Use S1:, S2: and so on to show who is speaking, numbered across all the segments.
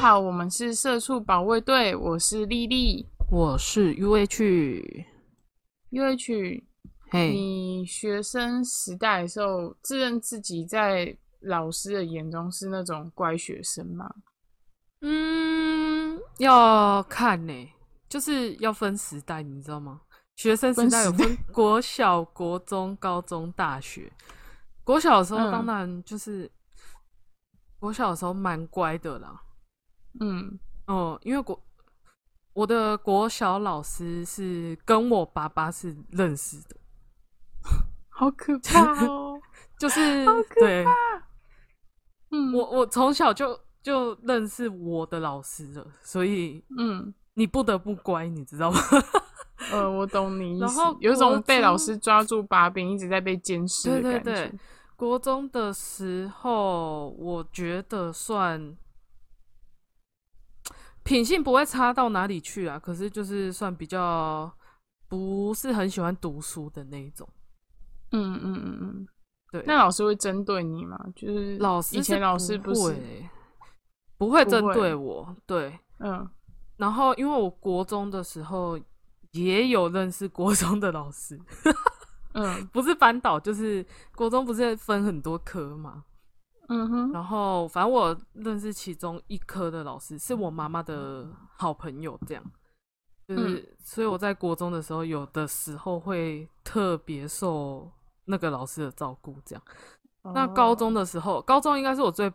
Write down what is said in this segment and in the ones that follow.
S1: 好，我们是社畜保卫队，我是丽丽。
S2: 我是 U H，
S1: UH，
S2: 嘿，
S1: 你学生时代的时候，自认自己在老师的眼中是那种乖学生吗？
S2: 嗯，要看呢、就是要分时代，你知道吗？学生时代有
S1: 分
S2: 分 国小、国中、高中、大学。国小的时候
S1: 嗯
S2: 当然就是，国小的时候蛮乖的啦，
S1: 嗯
S2: 嗯，因为国我的国小老师是跟我爸爸是认识的，
S1: 好可怕哦。
S2: 就是
S1: 好可
S2: 对
S1: 嗯，
S2: 我我从小就就认识我的老师了，所以
S1: 嗯
S2: 你不得不乖，你知道吗？
S1: 呃，我懂你意思，
S2: 然后
S1: 有一种
S2: 国
S1: 被老
S2: 中
S1: 师抓住把柄，一直在被监视的
S2: 对
S1: 感
S2: 对
S1: 觉。
S2: 对，国中的时候，我觉得算品性不会差到哪里去啊，可是就是算比较不是很喜欢读书的那一种。
S1: 嗯嗯嗯嗯。
S2: 对，
S1: 那老师会针对你吗？就是
S2: 老师
S1: 以前
S2: 是
S1: 老师
S2: 不
S1: 是，
S2: 会欸不会
S1: 不
S2: 针
S1: 会
S2: 对我，对。
S1: 嗯
S2: 然后因为我国中的时候也有认识国中的老师，
S1: 嗯
S2: 不是班导就是国中不是分很多科嘛，
S1: 嗯哼，
S2: 然后反正我认识其中一科的老师是我妈妈的好朋友，这样。
S1: 嗯
S2: 就是，所以我在国中的时候，有的时候会特别受那个老师的照顾，这样。那高
S1: 哦
S2: 中的时候，高中应该是我最
S1: 哦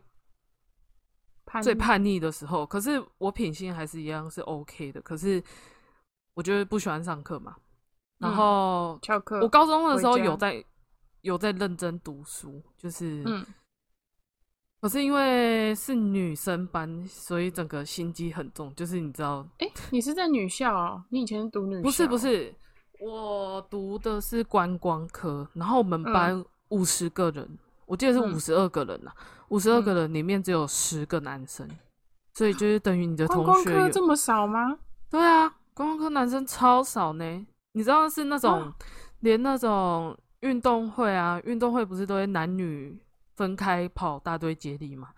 S1: 叛
S2: 最
S1: 逆
S2: 叛逆的时候，可是我品性还是一样是 OK 的，可是我就是不喜欢上课嘛。
S1: 嗯
S2: 然后、
S1: 翘课，
S2: 我高中的时
S1: 嗯
S2: 候
S1: 回家
S2: 有在有在认真读书，就是、
S1: 嗯
S2: 可是因为是女生班，所以整个心机很重，就是你知道，
S1: 哎、你是在女校哦？你以前是读女校？
S2: 不是不，是，我读的是观光科，然后我们
S1: 嗯
S2: 班五十个人，我记得是
S1: 嗯
S2: 五十二个人呐、五十二个人里面只有十个男生，所以就是等于你的
S1: 观
S2: 同
S1: 光
S2: 学
S1: 科
S2: 有
S1: 这么少吗？
S2: 对啊，观光科男生超少呢。你知道是那种、
S1: 啊
S2: 连那种运动会啊，运动会不是都会男女分开跑大队接力嘛，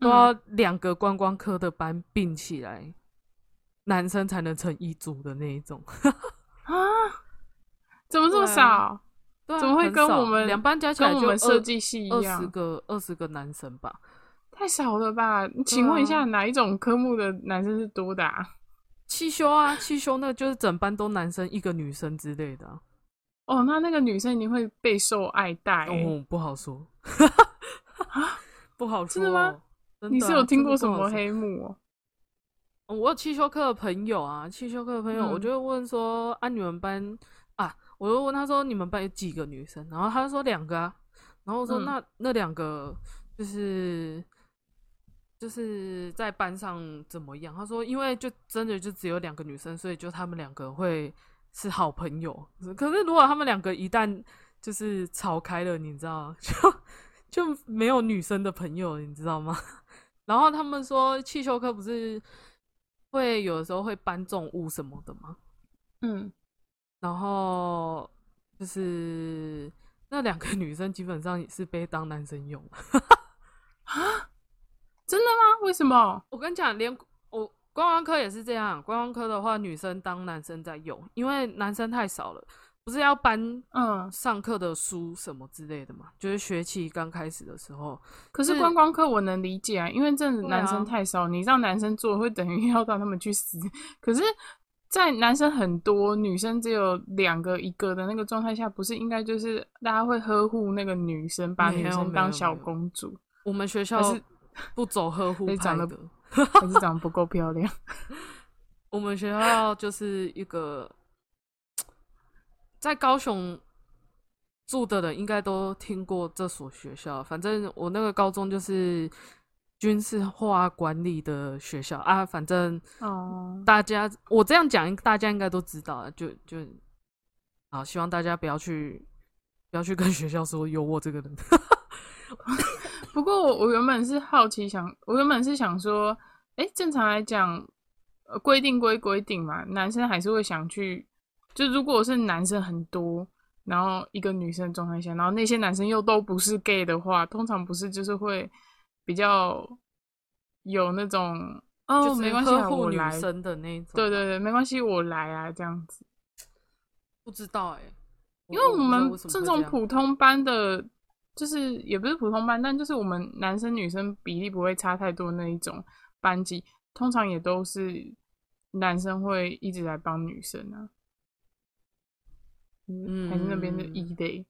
S1: 嗯
S2: 都要两个观光科的班并起来，男生才能成一组的那一种。
S1: 啊，怎么这么
S2: 对啊
S1: 少？
S2: 对啊，
S1: 怎么会
S2: 很
S1: 跟
S2: 少
S1: 我们
S2: 两班加起来
S1: 跟我
S2: 就
S1: 们
S2: 二
S1: 设计系一
S2: 二十
S1: 样，
S2: 个二十个男生吧？
S1: 太少了吧？请问一下，
S2: 啊
S1: 哪一种科目的男生是多的、啊？
S2: 汽修啊，汽修那就是整班都男生一个女生之类的啊、
S1: 哦，那那个女生一定会备受爱戴、欸
S2: 哦，不好说， 不好说。
S1: 啊真的吗？
S2: 真的啊、
S1: 你是有听过什
S2: 真的不
S1: 么
S2: 好说？
S1: 黑幕、哦？
S2: 我有汽修课的朋友啊，汽修课的朋友，
S1: 嗯
S2: 我就会问说啊，你们班啊，我就问他说你们班有几个女生？然后他就说两个啊，然后我说、
S1: 嗯
S2: 那那两个就是就是在班上怎么样？他说因为就真的就只有两个女生，所以就他们两个会是好朋友。可是如果他们两个一旦就是吵开了，你知道， 就就没有女生的朋友，你知道吗？ 然后他们说汽修课不是会有的时候会搬重物什么的吗？
S1: 嗯，
S2: 然后就是那两个女生基本上也是被当男生用。
S1: 真的吗？为什么？
S2: 我跟你讲，连我观光科也是这样，观光科的话女生当男生在用，因为男生太少了，不是要搬
S1: 嗯，
S2: 上课的书什么之类的嘛，就是学期刚开始的时候，
S1: 可是
S2: 是
S1: 观光课我能理解啊，因为这
S2: 嗯对啊
S1: 男生太少，你让男生做会等于要让他们去死。 可是，在男生很多、女生只有两个一个的那个状态下，不是应该就是大家会呵护那个女生，把
S2: 没有
S1: 女生
S2: 没
S1: 当
S2: 有
S1: 小
S2: 没有
S1: 公主，
S2: 我们学校
S1: 还是
S2: 不走呵护
S1: 还是
S2: 派
S1: 长得
S2: 的。
S1: 还是长得不够漂亮？
S2: 我们学校就是一个在高雄住的人应该都听过这所学校。反正我那个高中就是军事化管理的学校啊，反正
S1: 哦，
S2: 大家我这样讲，大家应该都知道了。就就好，希望大家不要去不要去跟学校说有我这个人。
S1: 不过我我原本是好奇想，我原本是想说，哎，正常来讲，呃，规定归规定嘛，男生还是会想去，就如果是男生很多，然后一个女生的状态下，然后那些男生又都不是 gay 的话，通常不是就是会比较有那种哦，
S2: 就是
S1: 没关系啊，
S2: 呵护
S1: 我
S2: 女
S1: 来。
S2: 生的那一种。
S1: 对对，对，没关系，我来啊，这样子。
S2: 不知道哎、
S1: 因为
S2: 我
S1: 我们这种，普通班的，就是也不是普通班，但就是我们男生女生比例不会差太多那一种班级，通常也都是男生会一直来帮女生啊。嗯，还是那边的
S2: 嗯
S1: E day，、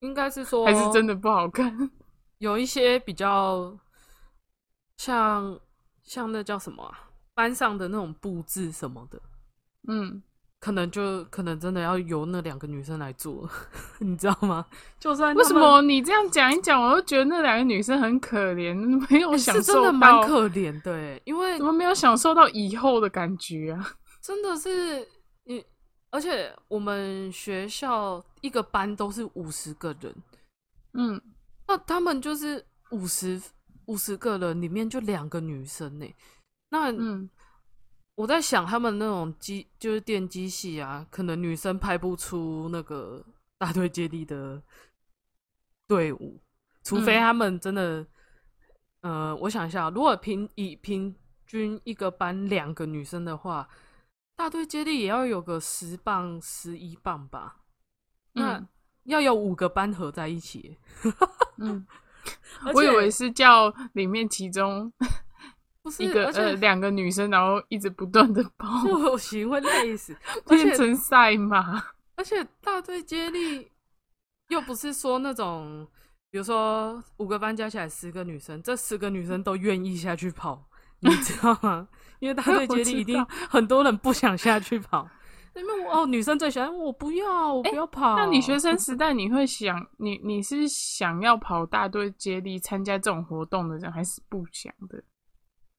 S2: 应该是说
S1: 还是真的不好看。
S2: 有一些比较像像那叫什么啊，班上的那种布置什么的，
S1: 嗯，
S2: 可能就可能真的要由那两个女生来做， 你知道吗？就算
S1: 为
S2: 他
S1: 什
S2: 们
S1: 么你这样讲一讲，我都觉得那两个女生很可怜，没有享
S2: 哎是真
S1: 受
S2: 的
S1: 到，
S2: 蛮可怜的欸，因为
S1: 怎么没有享受到以后的感觉啊？
S2: 真的是你，而且我们学校一个班都是五十个人，
S1: 嗯，
S2: 那他们就是五十五十个人里面就两个女生呢。那
S1: 嗯，
S2: 我在想，他们那种机就是电机系啊，可能女生派不出那个大队接力的队伍，除非
S1: 嗯
S2: 他们真的，呃，我想一下，如果平以平均一个班两个女生的话，大队接力也要有个十磅、十一磅吧，那
S1: 嗯
S2: 要有五个班合在一起。
S1: 嗯，
S2: 而
S1: 我以
S2: 且
S1: 为是叫里面其中
S2: 不 是
S1: 一个
S2: 而且
S1: 呃 两个女生，然后一直不断的跑，
S2: 不行会累死， 而且哦
S1: 变成赛马。
S2: 而且大队接力又不是说那种，比如说五个班加起来十个女生，这十个女生都愿意下去跑，你知道吗？ 因为大队接力一 定
S1: 我
S2: 很多人不想下去跑。 那边我哦，女生最喜欢我不要，我不要跑。
S1: 哎那你学生时代你会想，你你是想要跑大队接力参加这种活动的人，还是不想的？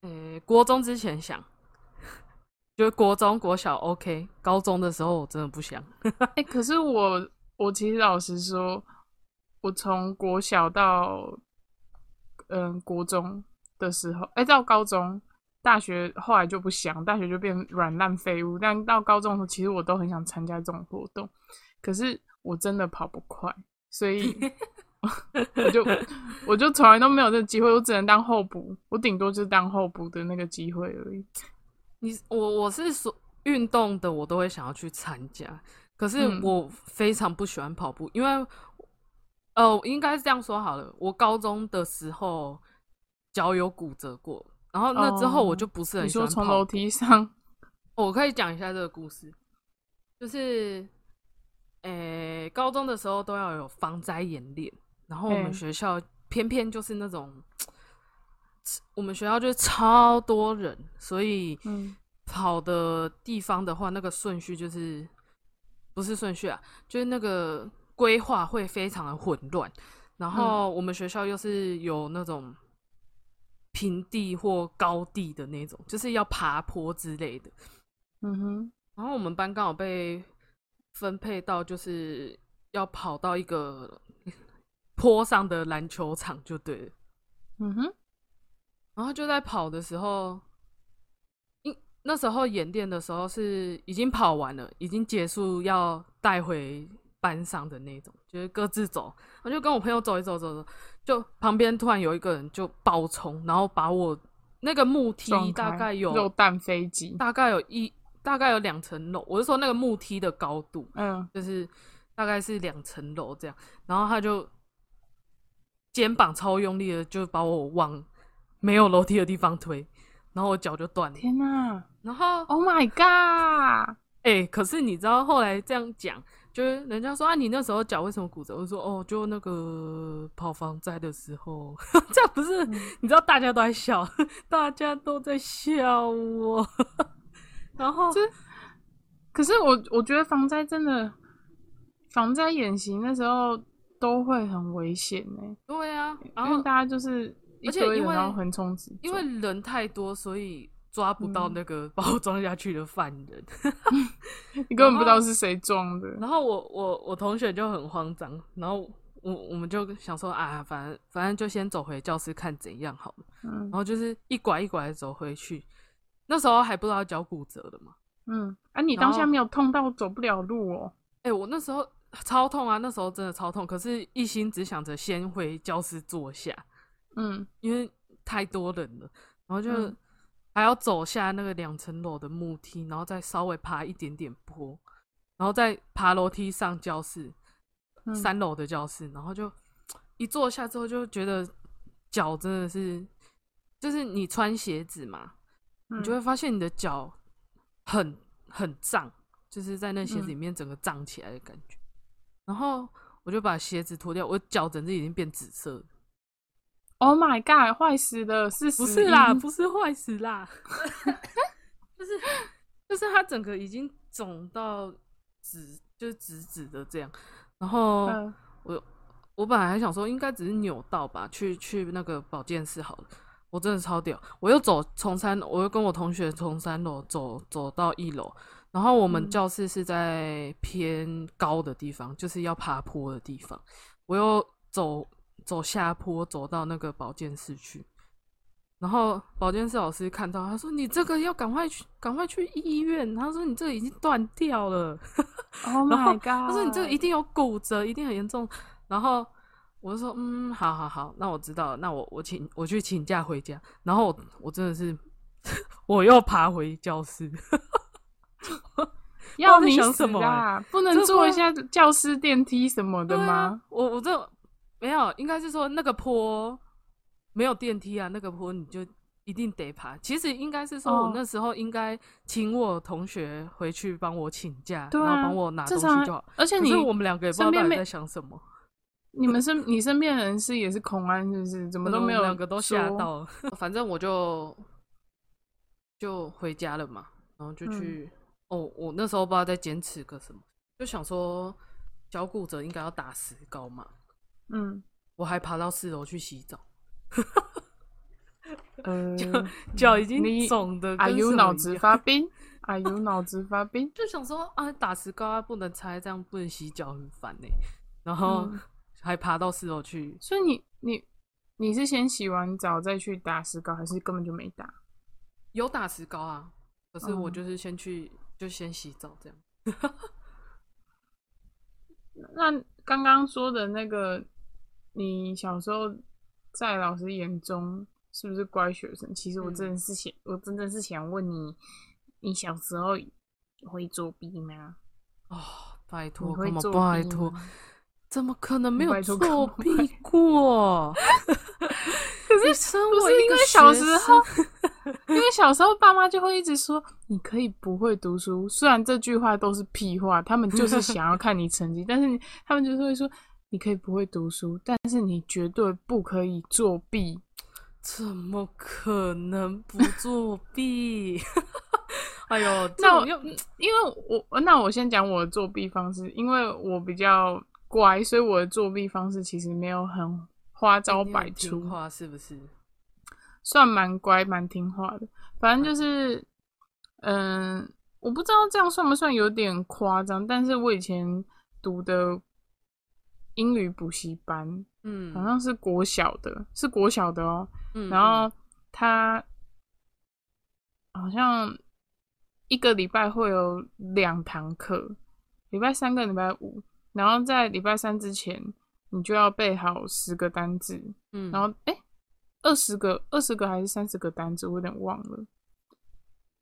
S2: 呃，国中之前想， 觉得国中、国小 OK，高中的时候我真的不想。
S1: 哎、可是我我其实老实说，我从国小到嗯国中的时候，哎、到高中。大学后来就不想，大学就变软烂废物。但到高中的时候，其实我都很想参加这种活动，可是我真的跑不快，所 以我就我就从来都没有这个机会，我只能当候补，我顶多就是当候补的那个机会而已。
S2: 你我我是说运动的，我都会想要去参加，可是
S1: 嗯
S2: 我非常不喜欢跑步，因为呃，应该是这样说好了，我高中的时候脚有骨折过，然后那之后我
S1: 哦
S2: 就不是
S1: 你
S2: 很喜
S1: 说
S2: 欢
S1: 从
S2: 跑
S1: 楼
S2: 步
S1: 梯上，
S2: 哦我可以讲一下这个故事，就是，诶、高中的时候都要有防灾演练，然后我们
S1: 嗯
S2: 学校偏偏就是那种，我们学校就是超多人，所以
S1: 嗯
S2: 跑的地方的话，那个顺序就是不是顺序啊，就是那个规划会非常的混乱。然后我们学校又是有那种平地或高地的那种，就是要爬坡之类的。
S1: 嗯哼，
S2: 然后我们班刚好被分配到，就是要跑到一个 坡上的篮球场就对了。
S1: 嗯哼，
S2: 然后就在跑的时候，因那时候演练的时候是已经跑完了，已经结束要带回班上的那种，就是各自走。我就跟我朋友走一走走走，就旁边突然有一个人就爆冲，然后把我那个木梯
S1: 撞
S2: 大
S1: 开
S2: 概有
S1: 肉蛋飞机，
S2: 大概有一大概有两层楼，我是说那个木梯的高度，
S1: 嗯
S2: 就是大概是两层楼这样，然后他就肩膀超用力的就把我往没有楼梯的地方推，然后我脚就断了。
S1: 天哦哪、
S2: 然后
S1: o h my god！
S2: 哎、可是你知道后来这样讲，就是人家说啊，你那时候脚为什么骨折？我说哦，就那个跑防灾的时候， 这样不是、
S1: 嗯
S2: 你知道大家都在笑，大家都在笑我。 然后
S1: 可是我我觉得防灾真的，防灾演习那时候都会很危险呢、
S2: 对啊，然
S1: 因
S2: 后
S1: 为大家就是一
S2: 而且
S1: 堆
S2: 因
S1: 人
S2: 为
S1: 然后横冲直
S2: 因为
S1: 撞
S2: 人太多，所以抓不到
S1: 嗯
S2: 那个把我装下去的犯人。
S1: 你根本不知道
S2: 然后
S1: 是谁撞的，
S2: 然后我我我同学就很慌张，然后我我们就想说啊，反正反正就先走回教室看怎样好了。
S1: 嗯
S2: 然后就是一拐一拐的走回去，那时候还不知道脚骨折了嘛。
S1: 嗯，啊，你
S2: 然
S1: 当下
S2: 后
S1: 没有痛到走不了路哦，
S2: 哎、我那时候超痛啊，那时候真的超痛，可是一心只想着先回教室坐下，
S1: 嗯
S2: 因为太多人了，然后就、
S1: 嗯
S2: 还要走下那个两层楼的木梯，然后再稍微爬一点点坡，然后再爬楼梯上教室，
S1: 嗯
S2: 三楼的教室，然后就一坐下之后就觉得脚真的是，就是你穿鞋子嘛，
S1: 你
S2: 你就会发现你的脚很很胀，就是在那
S1: 嗯
S2: 鞋子里面整个胀起来的感觉。然后我就把鞋子脱掉，我脚整只已经变紫色了，
S1: Oh my God，坏死了，是
S2: 不
S1: 死
S2: 是啦，
S1: 因
S2: 不是坏死啦， 就是就是它整个已经肿到紫，就是紫紫的这样。然后
S1: 嗯
S2: 我我本来还想说应该只是扭到吧，去去那个保健室好了。我真的超屌，我又走从三，我又跟我同学从三楼走走到一楼，然后我们
S1: 嗯
S2: 教室是在偏高的地方，就是要爬坡的地方。我又走走下坡，走到那个保健室去，然后保健室老师看到，他说：“你这个要赶快去，赶快去医院。”他说：“你这个已经断掉了。”
S1: Oh
S2: 然后
S1: my God，
S2: 他说你这个一定有骨折，一定很严重。然后我就说嗯，好好好，那我知道了，那我我请我去请假回家。然后我我真的是 我又爬回教室，
S1: 要
S2: 不知
S1: 你
S2: 道在想
S1: 死
S2: 什么欸
S1: 啊！不
S2: 这
S1: 能
S2: 不
S1: 坐一下教师电梯什么的
S2: 对啊
S1: 吗？？
S2: 我我这没有，应该是说那个坡没有电梯啊，那个坡你就一定得爬。其实应该是说
S1: 哦
S2: 我那时候应该请我同学回去帮我请假，
S1: 对啊
S2: 然后帮我拿东
S1: 正
S2: 西
S1: 常啊
S2: 就好。
S1: 而且
S2: 可
S1: 你
S2: 是我们两个也不知道
S1: 身边
S2: 到底
S1: 没
S2: 在想什么，
S1: 你们身你身边的人是也是恐安，是不是？怎么都没有
S2: 嗯两个都吓
S1: 说。
S2: 到了。 反正我就就回家了嘛，然后就去、哦，我那时候不知道在坚持个什么，就想说脚骨折应该要打石膏嘛，
S1: 嗯，
S2: 我还爬到四楼去洗澡，
S1: 呃，
S2: 脚已经
S1: 你
S2: 肿的
S1: 阿
S2: 跟什
S1: 尤
S2: 么
S1: 脑
S2: 一
S1: 子
S2: 样
S1: 发病，阿尤脑子发病。
S2: 就想说啊，打石膏啊不能拆，这样不能洗脚很烦呢、然后
S1: 嗯
S2: 还爬到四楼去
S1: 所以你你你是先洗完澡再去打石膏，还是根本就没打？
S2: 有打石膏啊，可是我
S1: 嗯
S2: 就是先去就先洗澡这样。
S1: 那刚刚说的那个，你小时候在老师眼中是不是乖学生？其实我
S2: 嗯
S1: 真的是想，我真的是想问你，你小时候会作弊吗？
S2: 哦，拜
S1: 你
S2: 托，
S1: 会
S2: 干嘛
S1: 作
S2: 拜
S1: 弊
S2: 托
S1: 吗，
S2: 怎么可能没有
S1: 拜托
S2: 作
S1: 干嘛
S2: 弊过？
S1: 可
S2: 你身
S1: 不
S2: 为
S1: 是
S2: 一
S1: 因
S2: 个
S1: 为小
S2: 学
S1: 时
S2: 生
S1: 候，因为小时候爸妈就会一直说你可以不会读书，虽然这句话都是屁话，他们就是想要看你成绩， 但是你他们就是会说你可以不会读书，但是你绝对不可以作弊。
S2: 怎么可能不作弊？ 哎呦，这
S1: 那我嗯
S2: 种又
S1: 因为我那我先讲我的作弊方式，因为我比较乖，所以我的作弊方式其实没有很花招
S2: 你
S1: 百
S2: 很
S1: 出
S2: 听，话是不是？
S1: 算蛮乖蛮听话的。反正就是，嗯、我不知道这样算不算有点夸张，但是我以前读的英语补习班
S2: 嗯，
S1: 好像是国小的，是国小的哦。
S2: 嗯
S1: 啊然后他好像一个礼拜会有两堂课，礼拜三跟礼拜五，然后在礼拜三之前，你就要背好十个单字，
S2: 嗯，
S1: 然后哎，二十个二十个还是三十个单字，我有点忘了。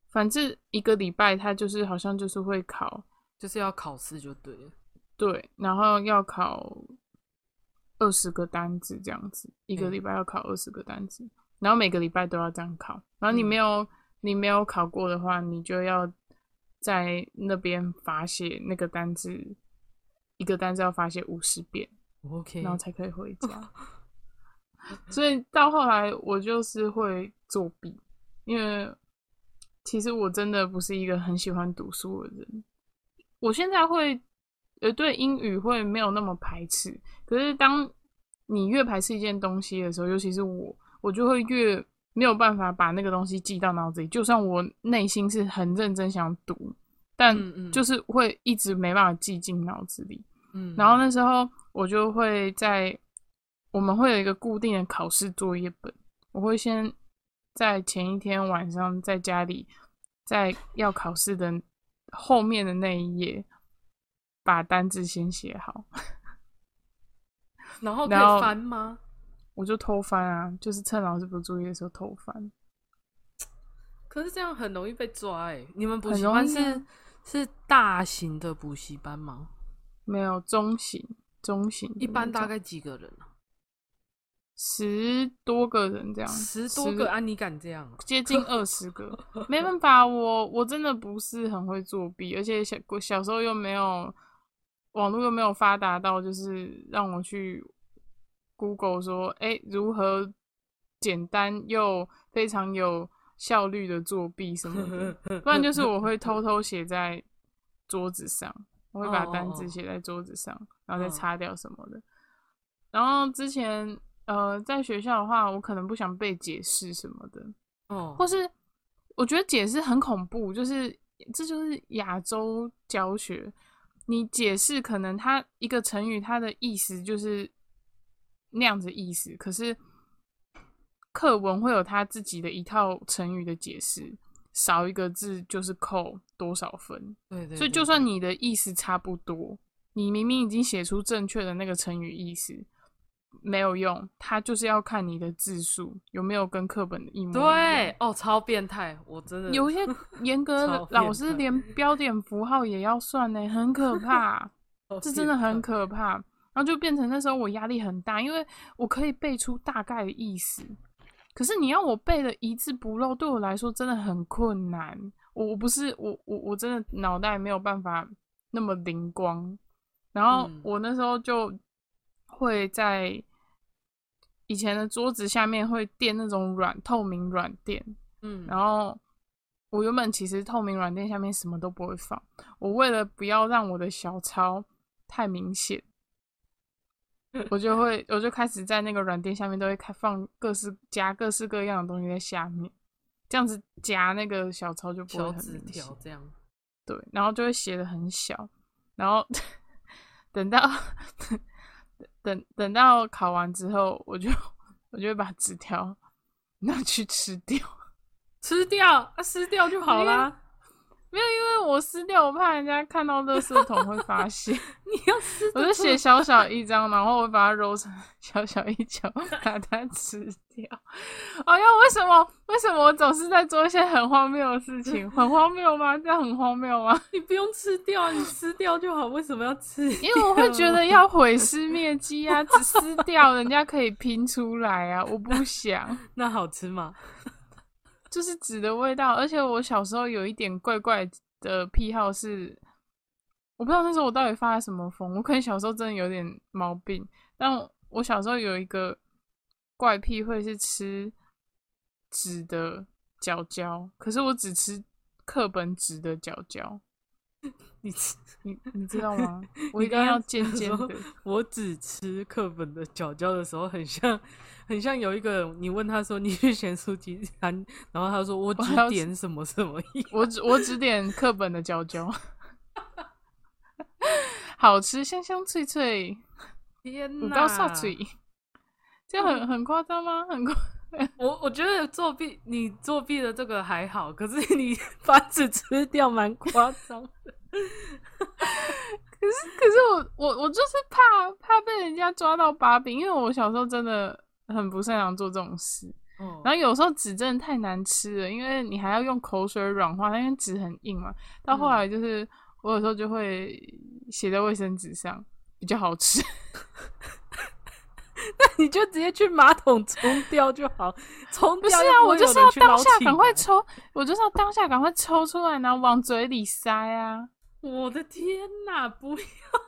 S1: 反正一个礼拜，他就是好像就是会考
S2: 就是要考试就对了，
S1: 对，然后要考二十个单字这样子，一个
S2: 嗯
S1: 礼拜要考二十个单字，然后每个礼拜都要这样考。然后你
S2: 嗯
S1: 没有、你没有考过的话，你就要在那边罚写那个单字，一个单字要罚写五十遍，
S2: OK，
S1: 然后才可以回家。 所以到后来，我就是会作弊，因为其实我真的不是一个很喜欢读书的人。我现在会，呃，对英语会没有那么排斥。可是当你越排斥一件东西的时候，尤其是我，我就会越没有办法把那个东西记到脑子里。就算我内心是很认真想读，但
S2: 嗯嗯
S1: 就是会一直没办法记进脑子里。
S2: 嗯，
S1: 然后那时候我就会在我们会有一个固定的考试作业本，我会先在前一天晚上在家里，在要考试的后面的那一页，把单字先写好。
S2: 然后可
S1: 然后
S2: 以翻吗？
S1: 我就偷翻啊，就是趁老师不注意的时候偷翻。
S2: 可是这样很容易被抓哎、你们补
S1: 很
S2: 习
S1: 容
S2: 班
S1: 易
S2: 是
S1: 啊
S2: 是大型的补习班吗？
S1: 没有中型，中型
S2: 一般大
S1: 概
S2: 概几个人啊？
S1: 十多个人这样，
S2: 十多个啊？你敢这样啊？
S1: 接 近二十个，没办法，我我真的不是很会作弊，而且小我小时候又没有网络又没有发达到，就是让我去 Google 说，哎、如何简单又非常有效率的作弊什么 的， 不然就是我会偷偷写在桌子上，我会把
S2: 哦哦
S1: 单
S2: 哦
S1: 字写在桌子上，然后再
S2: 嗯
S1: 擦掉什么的。然后之前呃在学校的话，我可能不想被解释什么的，
S2: 哦
S1: 或，是我觉得解释很恐怖，就是这就是亚洲教学，你解释可能它一个成语它的意思就是那样子意思，可是课文会有他自己的一套成语的解释，少一个字就是扣多少分，
S2: 对对对，
S1: 所以就算你的意思差不多，你明明已经写出正确的那个成语意思。没有用，他就是要看你的字数有没有跟课本的一模一样。
S2: 对哦，超变态，我真的
S1: 有一些严格
S2: 嗯超
S1: 的
S2: 变
S1: 老师
S2: 态
S1: 连标点符号也要算呢、很 可怕，
S2: 超
S1: 这真的
S2: 变态
S1: 很可怕。然后就变成那时候我压力很大，因为我可以背出大概的意思，可是你要我背的一字不漏，对我来说真的很困难。我我不是我我我真的脑袋没有办法那么灵光，然后
S2: 嗯
S1: 我那时候就会在以前的桌子下面会垫那种软透明软垫，
S2: 嗯，
S1: 然后我原本其实透明软垫下面什么都不会放，我为了不要让我的小抄太明 显，我就会我就开始在那个软垫下面都会开放各式夹各式各样的东西在下面，这样子夹那个小抄就不会
S2: 小
S1: 很
S2: 纸
S1: 明显
S2: 条。这样，
S1: 对，然后就会写的很小，然后 等到等等到考完之后，我就 我就会把纸条 拿去吃掉。
S2: 吃掉啊，吃掉就好啦。
S1: 没有，因为我撕掉，我怕人家看到垃圾桶会发现，
S2: 你要吃，
S1: 我就写小小一张，然后我把它揉成 小小一角， 把它吃掉。哎呀，为什么？为什么我总是在做一些很荒谬的事情？很荒谬吗？这样很荒谬吗？
S2: 你不用吃掉，你吃掉就好，为什么要吃？
S1: 因为我会觉得要毁尸灭迹啊，只撕掉人家可以拼出来啊，我不想。
S2: 那好吃吗？
S1: 就是纸的味道。而且我小时候有一点怪怪的癖好是，我不知道那时候我到底发了什么疯，我可能小时候真的有点毛病，但我我小时候有一个怪癖会是吃纸的角胶，可是我只吃课本纸的角胶。
S2: 你吃，
S1: 你你知道 吗？我一
S2: 你
S1: 定
S2: 刚
S1: 要
S2: 刚
S1: 尖尖
S2: 说
S1: 的。
S2: 我只吃课本的角角的时候，很像，很像有一个你问他说你去咸酥鸡摊，然后他说我只
S1: 我要
S2: 点什么什么 一样
S1: 我只我只点课本的角胶， 好吃，香香脆脆。
S2: 天
S1: 五
S2: 哪！
S1: 到下嘴，这样很很夸张吗？很夸
S2: 我我觉得作弊，你作弊的这个还好，可是你 把纸吃掉蛮夸 张的。
S1: 可是我我我就是怕怕被人家抓到把柄，因为我小时候真的很不擅长做这种事。
S2: 哦
S1: 然后有时候纸真的太难吃了，因为你还要用口水软化，因为纸很硬嘛。到后来就是、我有时候就会写在卫生纸上，比较好吃。
S2: 你就直接去马桶冲掉就好，冲
S1: 不
S2: 掉
S1: 是
S2: 又
S1: 啊，
S2: 不
S1: 我
S2: 会
S1: 就
S2: 有
S1: 是
S2: 人
S1: 要
S2: 去
S1: 当
S2: 捞
S1: 下
S2: 起
S1: 赶快
S2: 来
S1: 抽，我就是要当下赶快抽出来，然后往嘴里塞啊。
S2: 我的天哪，不要！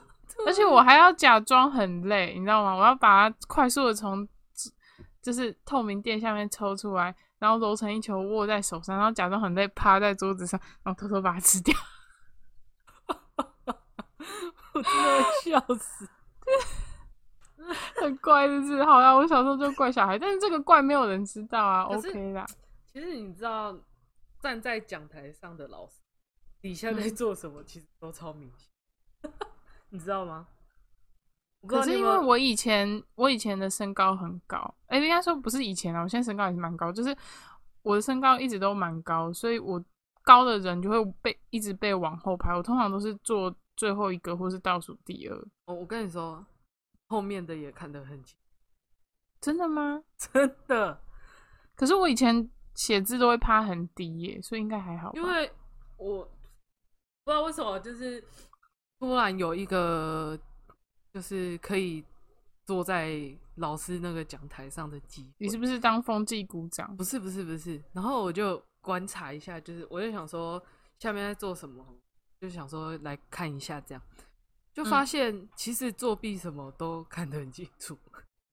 S1: 而且我还要假装很累，你知道吗？我要把它快速的从就是透明垫下面抽出来，然后揉成一球握在手上，然后假装很累趴在桌子上，然后偷偷把它吃掉。
S2: 我真的会笑死。
S1: 很怪，就是好啦，我小时候就怪小孩，但是这个怪没有人知道啊。
S2: 可是
S1: OK 啦，
S2: 其实你知道，站在讲台上的老师底下在做什么，其实都超明显， 你知道吗？我不知
S1: 可
S2: 道你
S1: 是
S2: 有
S1: 因
S2: 没
S1: 为
S2: 有
S1: 我以前我以前的身高很高，哎、应该说不是以前啊，我现在身高也是蛮高，就是我的身高一直都蛮高，所以我高的人就会被一直被往后排。我通常都是坐最后一个或是倒数第二。
S2: 我我跟你说，后面的也看得很清，
S1: 真的吗？
S2: 真的。
S1: 可是我以前写字都会趴很低耶，所以应该还好吧。
S2: 因为我不知道为什么，就是突然有一个就是可以坐在老师那个讲台上的机
S1: 你
S2: 会
S1: 是。不是当风纪鼓掌？
S2: 不是不是不是，然后我就观察一下，就是我就想说下面在做什么，就想说来看一下这样，就
S1: 嗯
S2: 发现其实作弊什么都看得很清楚，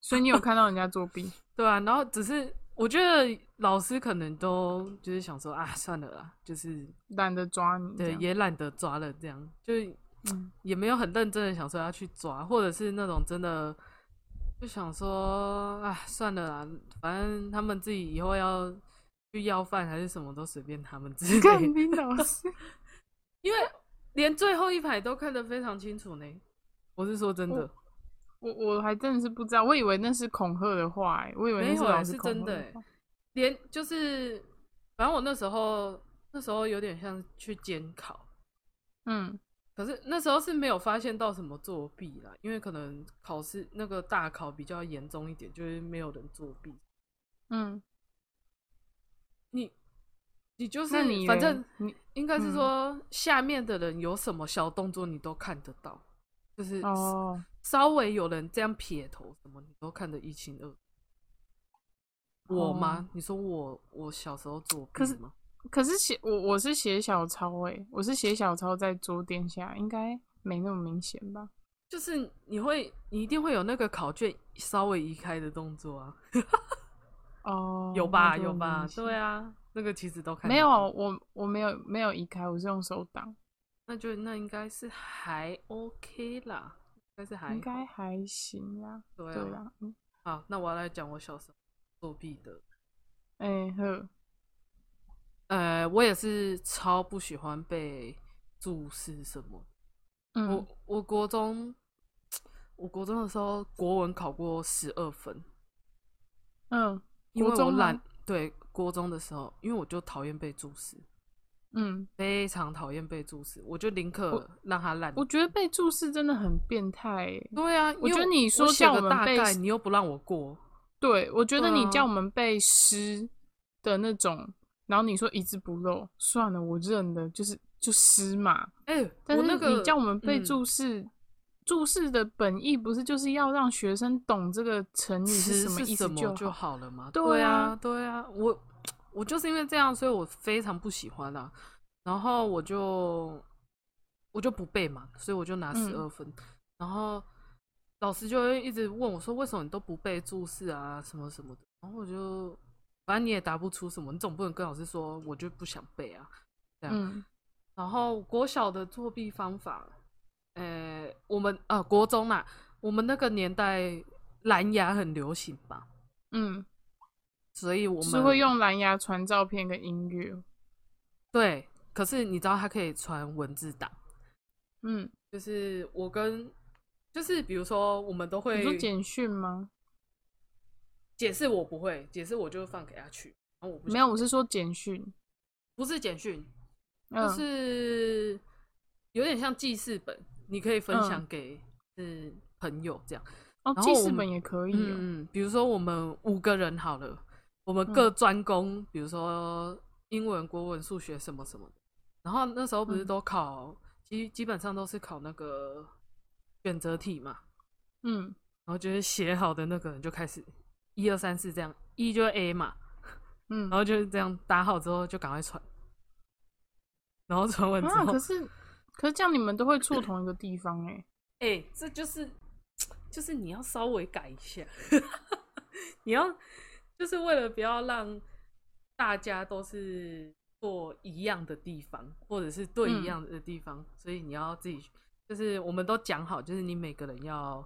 S1: 所以你有看到人家作弊？
S2: 对啊，然后只是我觉得老师可能都就是想说啊，算了啦，就是
S1: 懒得抓你这
S2: 对
S1: 样。
S2: 也懒得抓了这样，就是
S1: 嗯
S2: 也没有很认真的想说要去抓，或者是那种真的就想说，哎，算了啦，反正他们自己以后要去要饭还是什么都随便他们之
S1: 干
S2: 类的，
S1: 你老师，
S2: 因为连最后一排都看得非常清楚呢。我是说真的，
S1: 我我还真的是不知道，我以为那是恐吓的话欸，我以为那
S2: 没有欸
S1: 老师
S2: 是
S1: 恐
S2: 真
S1: 吓
S2: 的
S1: 话。
S2: 连就是反正我那时候那时候有点像去监考，
S1: 嗯，
S2: 可是那时候是没有发现到什么作弊啦，因为可能考试那个大考比较严重一点，就是没有人作弊。
S1: 嗯，
S2: 你你就是
S1: 那你
S2: 反
S1: 嘞
S2: 正
S1: 你
S2: 应该是
S1: 嗯
S2: 说下面的人有什么小动作你都看得到，就是
S1: 哦，
S2: 稍微有人这样撇头什么你都看得一清二楚。我吗？你说我我小时候作弊
S1: 哦可是
S2: 吗？
S1: 可是写我我是写小抄诶、我是写小抄在桌垫下，应该没那么明显吧？
S2: 就是你会你一定会有那个考卷稍微移开的动作啊。
S1: 哦，
S2: 有吧有吧，对
S1: 啊，
S2: 啊，那个其实都看
S1: 没
S2: 得
S1: 有
S2: 到
S1: 啊，我我没有没有移开，我是用手挡，
S2: 那就那应该是还 OK 啦，应该是还
S1: 应该
S2: 好
S1: 还行啦，
S2: 对
S1: 对
S2: 啊。
S1: 啦，嗯，
S2: 好，那我要来讲我小时候作弊的。
S1: 哎、呵，
S2: 呃，我也是超不喜欢被注视什么。
S1: 嗯
S2: 我，我国中，我国中的时候国文考过十二分，
S1: 嗯，
S2: 因
S1: 国
S2: 为我
S1: 中吗
S2: 懒。对，国中的时候，因为我就讨厌被注视，
S1: 嗯，
S2: 非常讨厌被注视，我就宁可
S1: 我
S2: 让他烂。
S1: 我觉得被注视真的很变态、欸。
S2: 对啊，
S1: 我
S2: 因为
S1: 觉得你说
S2: 我写
S1: 叫我
S2: 个
S1: 们
S2: 大
S1: 背
S2: 概，你又不让我过，
S1: 对，我觉得
S2: 对
S1: 你
S2: 啊
S1: 叫我们背诗的那种，然后你说一字不漏，算了，我认了，就是就诗嘛。
S2: 哎、
S1: 但
S2: 我
S1: 是
S2: 那个
S1: 你叫我们背
S2: 嗯
S1: 注释，注释的本意不是就是要让学生懂这个成语
S2: 词
S1: 什么意思
S2: 就
S1: 好？
S2: 好了嘛。
S1: 对
S2: 对啊
S1: 啊，
S2: 对啊，我我就是因为这样，所以我非常不喜欢啊。然后我就我就不背嘛，所以我就拿
S1: 嗯
S2: 十二分。然后老师就会一直问我说：“为什么你都不背注释啊，什么什么的？”然后我就反正你也答不出什么，你总不能跟老师说我就不想背啊。这样，
S1: 嗯
S2: 然后国小的作弊方法，呃、我们呃国中啦，我们那个年代蓝牙很流行吧，
S1: 嗯，
S2: 所以我
S1: 就
S2: 们
S1: 是会用蓝牙传照片跟音乐。
S2: 对。可是你知道它可以传文字档，
S1: 嗯，
S2: 就是我跟就是比如说我们都
S1: 你说
S2: 会
S1: 简讯吗？
S2: 解释我不会解释我就放给他去，然后我不
S1: 没有，我是说简讯。
S2: 不是简讯，
S1: 嗯，
S2: 就是有点像记事本，你可以分
S1: 嗯
S2: 享给是朋友这样。
S1: 哦，
S2: 然后
S1: 记
S2: 我
S1: 事
S2: 们
S1: 本也可以、哦。
S2: 嗯嗯，比如说我们五个人好了，我
S1: 嗯
S2: 们各专攻，比如说英文、国文、数学什么什么的。然后那时候不是
S1: 嗯
S2: 都考，基基本上都是考那个选择题嘛，
S1: 嗯
S2: 然后就是写好的那个人就开始一二三四这样，一就是 A 嘛，
S1: 嗯
S2: 然。后就是这样打好之后就赶快传，然后传完之
S1: 啊，
S2: 后
S1: 可，是可是这样你们都会错同一个地方哎、
S2: 哎、这就是就是你要稍微改一下， 你要就是为了不要让大家都是做一样的地方，或者是对一
S1: 嗯
S2: 样的地方，所以你要自己就是我们都讲好，就是你每个人要，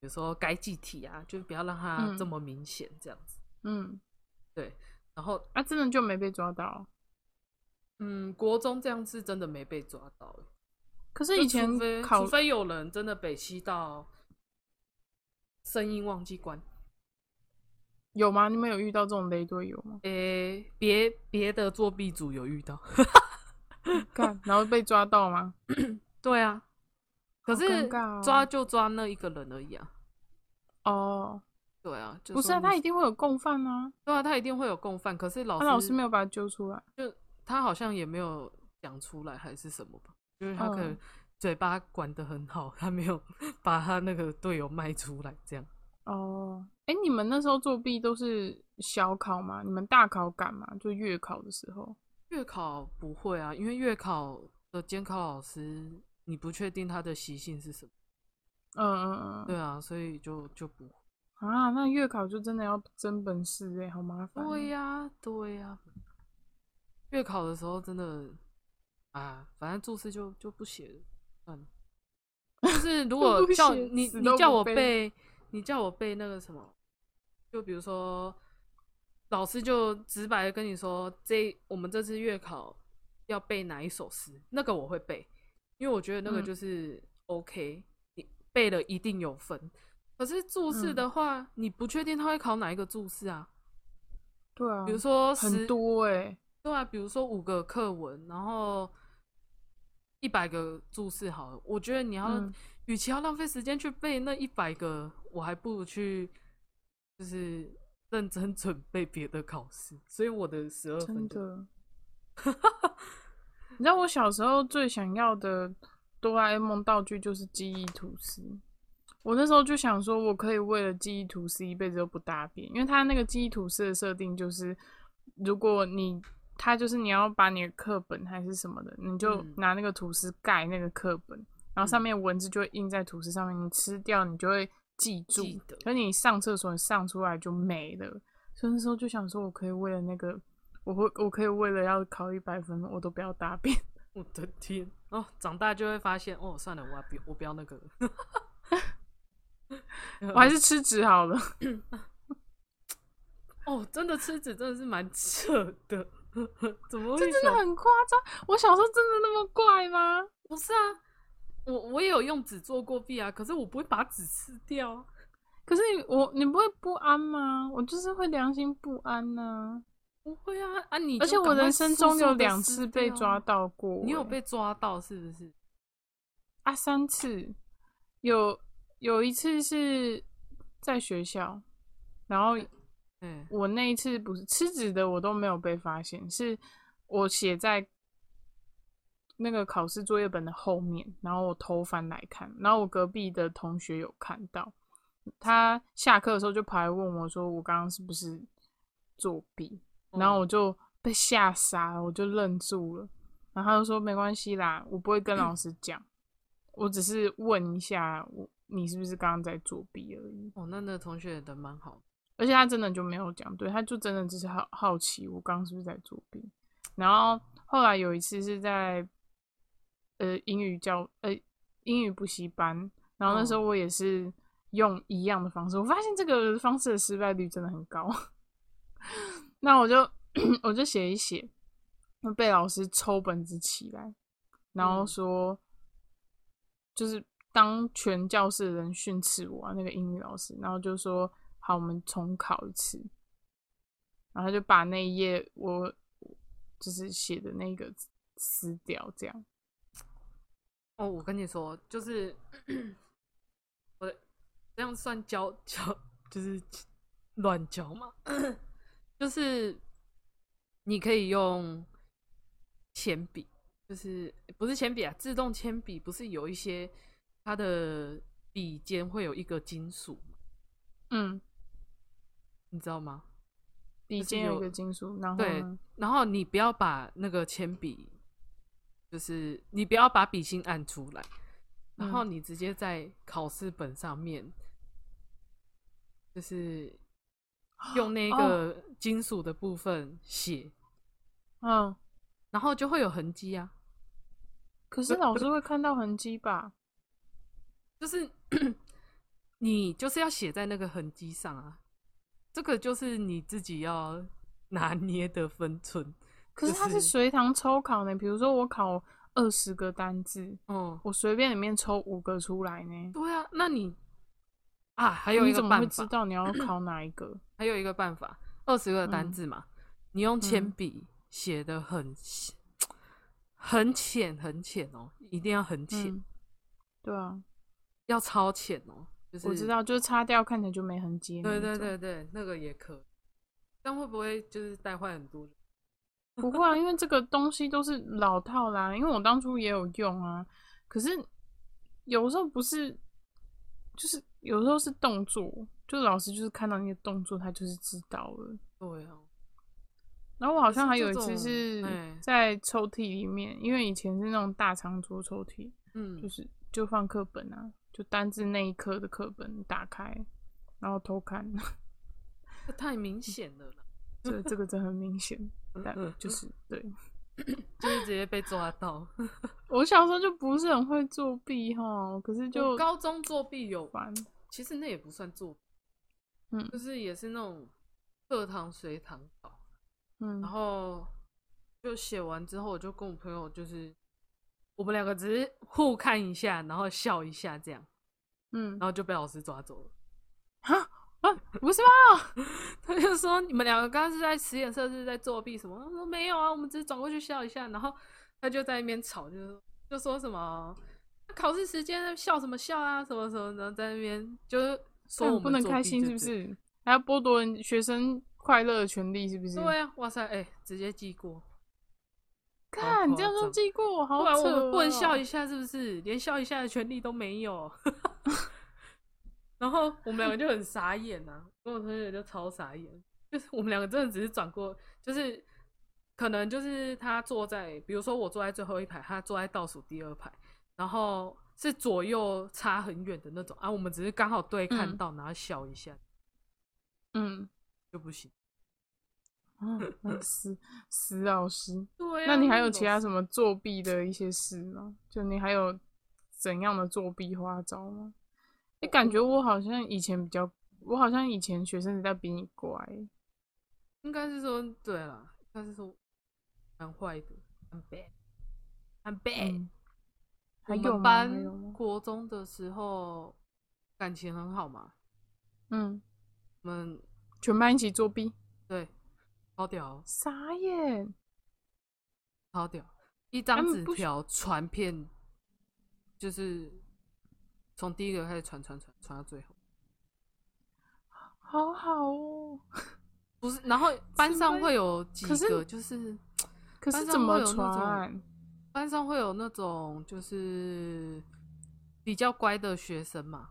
S2: 比如说该记体啊，就不要让它
S1: 嗯
S2: 这么明显这样子。
S1: 嗯，
S2: 对，然后
S1: 啊，真的就没被抓到。
S2: 嗯，国中这样是真的没被抓到、欸
S1: 可是
S2: 就
S1: 以前
S2: 除非
S1: 考
S2: 除非有人真的北西到声音忘记关，？
S1: 有吗？你们有遇到这种雷队友吗
S2: 诶、别别的作弊组有遇到，
S1: 看，然后被抓到 吗？
S2: 对啊，可
S1: 好
S2: 是
S1: 尴尬哦
S2: 抓就抓那一个人而已啊，
S1: 哦，
S2: 对啊，就
S1: 不是啊，
S2: 说
S1: 他一定会有共犯啊，
S2: 对啊，他一定会有共犯，可是老
S1: 他
S2: 师
S1: 老师没有把他揪出来。
S2: 就他好像也没有讲出来还是什么吧，就是他可能
S1: 嗯
S2: 嘴巴管得很好，他没有把他那个队友卖出来，这样
S1: 哦，哎，你们那时候作弊都是小考吗？你们大考赶吗？就月考的时候？
S2: 月考不会啊，因为月考的监考老师你不确定他的习性是什么，
S1: 嗯嗯嗯
S2: 对啊，所以就就不会。
S1: 嗯。啊，那月考就真的要真本事哎，好麻烦哦。
S2: 对呀、对呀、月考的时候真的啊，反正注释就就不写了，算了。 就是如果
S1: 都不
S2: 叫
S1: 写
S2: 你，
S1: 死
S2: 你
S1: 都
S2: 叫
S1: 不
S2: 我
S1: 背
S2: 背，你叫我背那个什么，就比如说老师就直白的跟你说，这我们这次月考要背哪一首诗，那个我会背，因为我觉得那个
S1: 嗯
S2: 就是 OK，、你背了一定有分。可是注释
S1: 嗯
S2: 的话，你不确定他会考哪一个注释啊？
S1: 对啊，
S2: 比如说
S1: 很
S2: 十
S1: 多哎，
S2: 对啊，比如说五个课文，然后一百个注释好了。我觉得你要，
S1: 嗯
S2: 与其要浪费时间去背那一百个，我还不如去就是认真 准备别的考试。所以我的十二
S1: 真
S2: 分就
S1: 的。你知道我小时候最想要的哆啦 A 梦道具就是记忆吐司。我那时候就想说，我可以为了记忆吐司一辈子都不大便，因为它那个记忆吐司的设定就是，如果你它就是你要把你的课本还是什么的，你就
S2: 嗯
S1: 拿那个吐司盖那个课本，然后上面文字就会印在吐司上面，你吃掉你就会记住
S2: 记得。
S1: 可是你上厕所你上出来就没了，所以那时候就想说，我可以为了那个，我会我可以为了要考一百分，我都不要大便。
S2: 我的天哦！长大就会发现哦，算了，我要不我不要那个了。 嗯
S1: 我还是吃纸好了。
S2: 哦，真的吃纸真的是蛮 扯的，怎么会
S1: 真
S2: 想
S1: 的很夸张，我小时候真的那么怪吗？
S2: 不是啊，我我也有用纸做过弊啊，可是我不会把纸吃掉啊。
S1: 可是你我你不会不安吗？我就是会良心不安呐、
S2: 不会啊啊你！
S1: 而且我人生中有两次被抓，到过、
S2: 啊你有
S1: 欸
S2: 被抓到是不是？
S1: 啊三次，有有一次是在学校，然后
S2: 嗯，
S1: 我那一次不是吃纸的，我都没有被发现，是我写在那个考试作业本的后面，然后我偷翻来看，然后我隔壁的同学有看到，他下课的时候就跑来问我说：“我刚刚是不是作弊？”然后我就被吓傻了，我就愣住了。然后他就说：“没关系啦，我不会跟老师讲，我只是问一下我你是不是刚刚在作弊而已。”
S2: 哦，那那同学人蛮好的，
S1: 而且他真的就没有讲对，他就真的只是好好奇我刚刚是不是在作弊。然后后来有一次是在呃英语教呃英语补习班，然后那时候我也是用一样的方式，我发现这个方式的失败率真的很高。那我就我就写一写，被老师抽本子起来，然后
S2: 嗯
S1: 说、就是当全教室的人训斥我、啊、那个英语老师，然后就说好，我们重考一次，然后他就把那一页我就是写的那个撕掉，这样。
S2: 哦，我跟你说，就是我的这样算教教，就是乱教嘛，就是你可以用铅笔，就是不是铅笔啊，自动铅笔不是有一些它的笔尖会有一个金属嘛，
S1: 嗯，
S2: 你知道吗？
S1: 笔
S2: 就是
S1: 尖有
S2: 有
S1: 一个金属，然后
S2: 对
S1: 呢，
S2: 然后你不要把那个铅笔，就是你不要把笔芯按出来，然后
S1: 嗯
S2: 你直接在考试本上面，就是 用
S1: 哦
S2: 那个金属的部分写，
S1: 嗯，
S2: 然后就会有痕迹啊。
S1: 可是老师会看到痕迹吧？
S2: 就是 你就是要写在那个痕迹上啊，这个就是你自己要 拿捏的分寸。
S1: 可是它
S2: 就是是
S1: 随堂抽考呢，比如说我考二十个单字，
S2: 哦、
S1: 我随便里面抽五个出来呢，
S2: 对啊，那你啊，还有一
S1: 你
S2: 个
S1: 怎么会
S2: 办
S1: 知
S2: 法，
S1: 道你要考哪一 个？
S2: 还有一个办法，二十个单
S1: 嗯
S2: 字嘛，你用铅
S1: 嗯
S2: 笔写的很细很
S1: 嗯
S2: 浅很浅哦，一定要很浅，
S1: 嗯，对啊，
S2: 要超浅哦，就是
S1: 我知道，就是擦掉看起来就没痕迹。
S2: 对对，对对，那个也可以。但会不会就是带坏很多人？
S1: 不会啊，因为这个东西都是老套啦，因为我当初也有用啊。可是有时候不是，就是有时候是动作，就老师就是看到那个动作，他就是知道了。
S2: 对啊，
S1: 然后我好像还
S2: 可
S1: 有
S2: 是
S1: 一
S2: 这
S1: 次
S2: 种
S1: 是
S2: 哎
S1: 在抽屉里面，因为以前是那种大长桌抽屉，就
S2: 嗯，
S1: 是就放课本啊，就单字那一课的课本打开，然后偷看，
S2: 这太明显了啦，
S1: 这这个真的很明显，但就是嗯对。
S2: 就是直接被抓到。
S1: 我小时候就不是很会作弊哈，可是
S2: 就
S1: 就
S2: 高中作弊有吧？
S1: 玩，
S2: 其实那也不算作弊，
S1: 嗯
S2: 就是也是那种课堂随堂考，
S1: 嗯
S2: 然，后就写完之后，我就跟我朋友就是。我们两个只是互看一下，然后笑一下这样，
S1: 嗯
S2: 然后就被老师抓走了。
S1: 啊，不是吧？
S2: 他就说你们两个刚刚是在实验室是在作弊什么？我说没有啊，我们只是转过去笑一下。然后他就在那边吵，就说就说什么考试时间笑什么笑啊，什么什么，然后在那边就是说我
S1: 那
S2: 们
S1: 不能
S2: 作弊
S1: 开心
S2: 就
S1: 不？
S2: 是
S1: 是？还要剥夺人学生快乐的权利是不是？
S2: 对啊，哇塞，哎、直接记过，
S1: 看
S2: 好
S1: 你这样
S2: 夸
S1: 说
S2: 张
S1: 记过我好
S2: 不然我
S1: 扯
S2: 们不能
S1: 哦
S2: 笑一下是不是？连笑一下的权利都没 有。然后我们两个就很傻眼啊，跟我同学就超傻眼，就是我们两个真的只是转过，就是可能就是他坐在，比如说我坐在最后一排，他坐在倒数第二排，然后是左右差很远的那种啊，我们只是刚好对看
S1: 嗯
S2: 到，然后笑一下
S1: 嗯，
S2: 就不行。
S1: 嗯那死死老师，
S2: 对啊
S1: 啊那你还有其他
S2: 么？
S1: 什么作弊的一些事吗？就你还有怎样的作弊花招吗？你、感
S2: 嗯
S1: 觉我好像以前比较，我好像以前学生时代比你乖，
S2: 应该是说对了，应该是说蛮坏的，很 bad，很 bad。
S1: 嗯，
S2: 我
S1: 还有
S2: 们
S1: 吗？还有
S2: 班
S1: 吗？
S2: 国中的时候感情很好嘛，
S1: 嗯，
S2: 我们
S1: 全班一起作弊，
S2: 对超屌
S1: 傻眼，
S2: 超屌，一张
S1: 他们
S2: 纸
S1: 不
S2: 条传遍，就是从第一个开始传传传传到最后，
S1: 好好哦。
S2: 不是，然后班上
S1: 什么
S2: 会有几
S1: 可是
S2: 个就是
S1: 可
S2: 班
S1: 是
S2: 上
S1: 怎
S2: 会
S1: 么
S2: 有那种
S1: 传？
S2: 班上会有那种就是比较乖的学生嘛，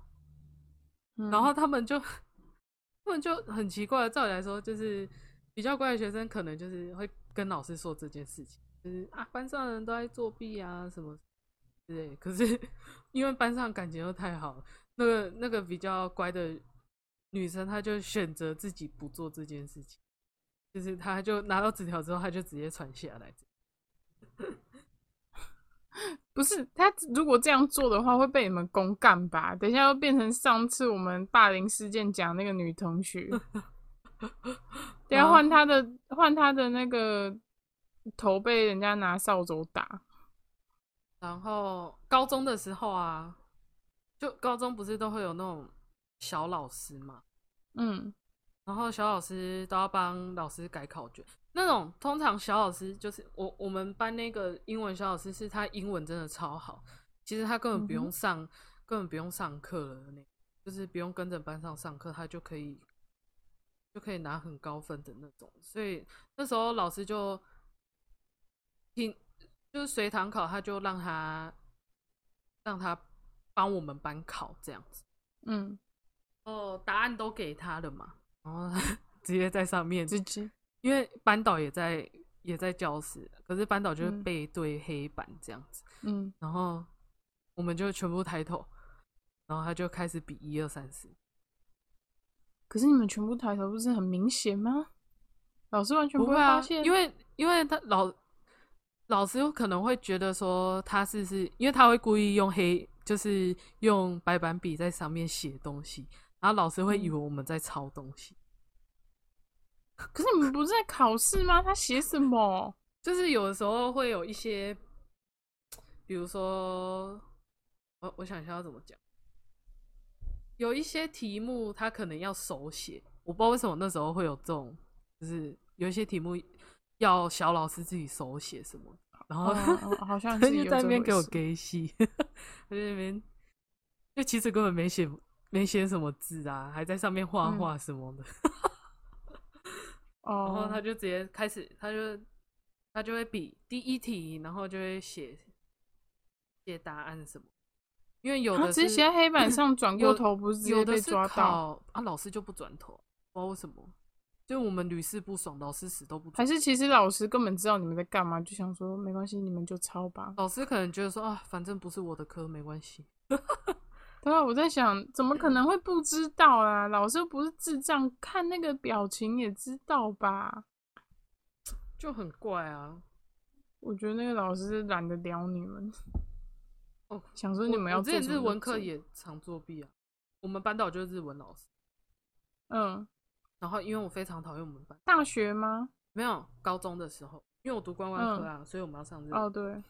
S1: 嗯
S2: 然后他们就他们就很奇怪，照理来说就是比较乖的学生，可能就是会跟老师说这件事情，就是啊班上的人都在作弊啊什么之类的。可是因为班上感情又太好了，那个那个比较乖的女生，她就选择自己不做这件事情，就是她就拿到纸条之后，她就直接传下来。
S1: 不是他如果这样做的话，会被你们公干吧？等一下又变成上次我们霸凌事件讲那个女同 学，等一下换她的换她的那个头被人家拿扫帚打，
S2: 然后高中的时候啊，就高中不是都会有那种小老师嘛，
S1: 嗯
S2: 然后小老师都要帮老师改考卷。那种通常小老师就是我我们班那个英文小老师，是他英文真的超好，其实他根本不
S1: 嗯
S2: 用上，根本不用上课了那种，就是不用跟着班上上课，他就可以就可以拿很高分的那种。所以那时候老师就听就是随堂考，他就让他让他帮我们班考这样子。
S1: 嗯，
S2: 哦，答案都给他了嘛，然后 他直接在上面，
S1: 直接
S2: 因为班导也在也在教室，可是班导就是
S1: 嗯
S2: 背对黑板这样子，
S1: 嗯
S2: 然后我们就全部抬头，然后他就开始比一二三四，
S1: 可是你们全部抬头不是很明显吗？老师完全
S2: 不
S1: 会
S2: 会啊
S1: 发，现，
S2: 因为因为他老老师有可能会觉得说他是是，因为他会故意用黑，就是用白板笔在上面写东西，然后老师会
S1: 嗯
S2: 以为我们在抄东西。
S1: 可是你们不是在考试吗？他写什 么？
S2: 就是有的时候会有一些，比如说，我我想一下要怎么讲，有一些题目它可能要手写，我不知道为什么那时候会有这种，就是有一些题目要小老师自己手写什么，然后
S1: 哦， 哦好像
S2: 他
S1: 是
S2: 就
S1: 有
S2: 在那边
S1: 这
S2: 给我
S1: 回事
S2: gay 戏，他就在那边，就其实根本没写，没写什么字啊，还在上面画画什么的。然后
S1: 哦，
S2: 他就直接开始，他就他就会比第一题，然后就会写写答案什么，因为有
S1: 他
S2: 的
S1: 直接
S2: 是
S1: 写在黑板上，转过
S2: 有
S1: 头不是直
S2: 有
S1: 接
S2: 的
S1: 被
S2: 是
S1: 抓到？
S2: 考啊，老师就不转头，不知道为什么，就我们屡试不爽，老师死都不
S1: 还
S2: 转。
S1: 是其实老师根本知道你们在干嘛，就想说没关系，你们就抄吧。
S2: 老师可能觉得说啊，反正不是我的科，没关系。
S1: 对啊，我在想，怎么可能会不知道啊？老师又不是智障，看那个表情也知道吧？
S2: 就很怪啊。
S1: 我觉得那个老师是懒得聊你们，
S2: 哦，
S1: 想说
S2: 我
S1: 你们要
S2: 我之
S1: 做什
S2: 前日
S1: 么就
S2: 文课
S1: 做，
S2: 也常作弊啊。我们班导就是日文老师，
S1: 嗯，
S2: 然后因为我非常讨厌我们班，
S1: 大学吗？
S2: 没有高中的时候，因为我读观光科啊，所以我们要上日文。
S1: 嗯哦，对，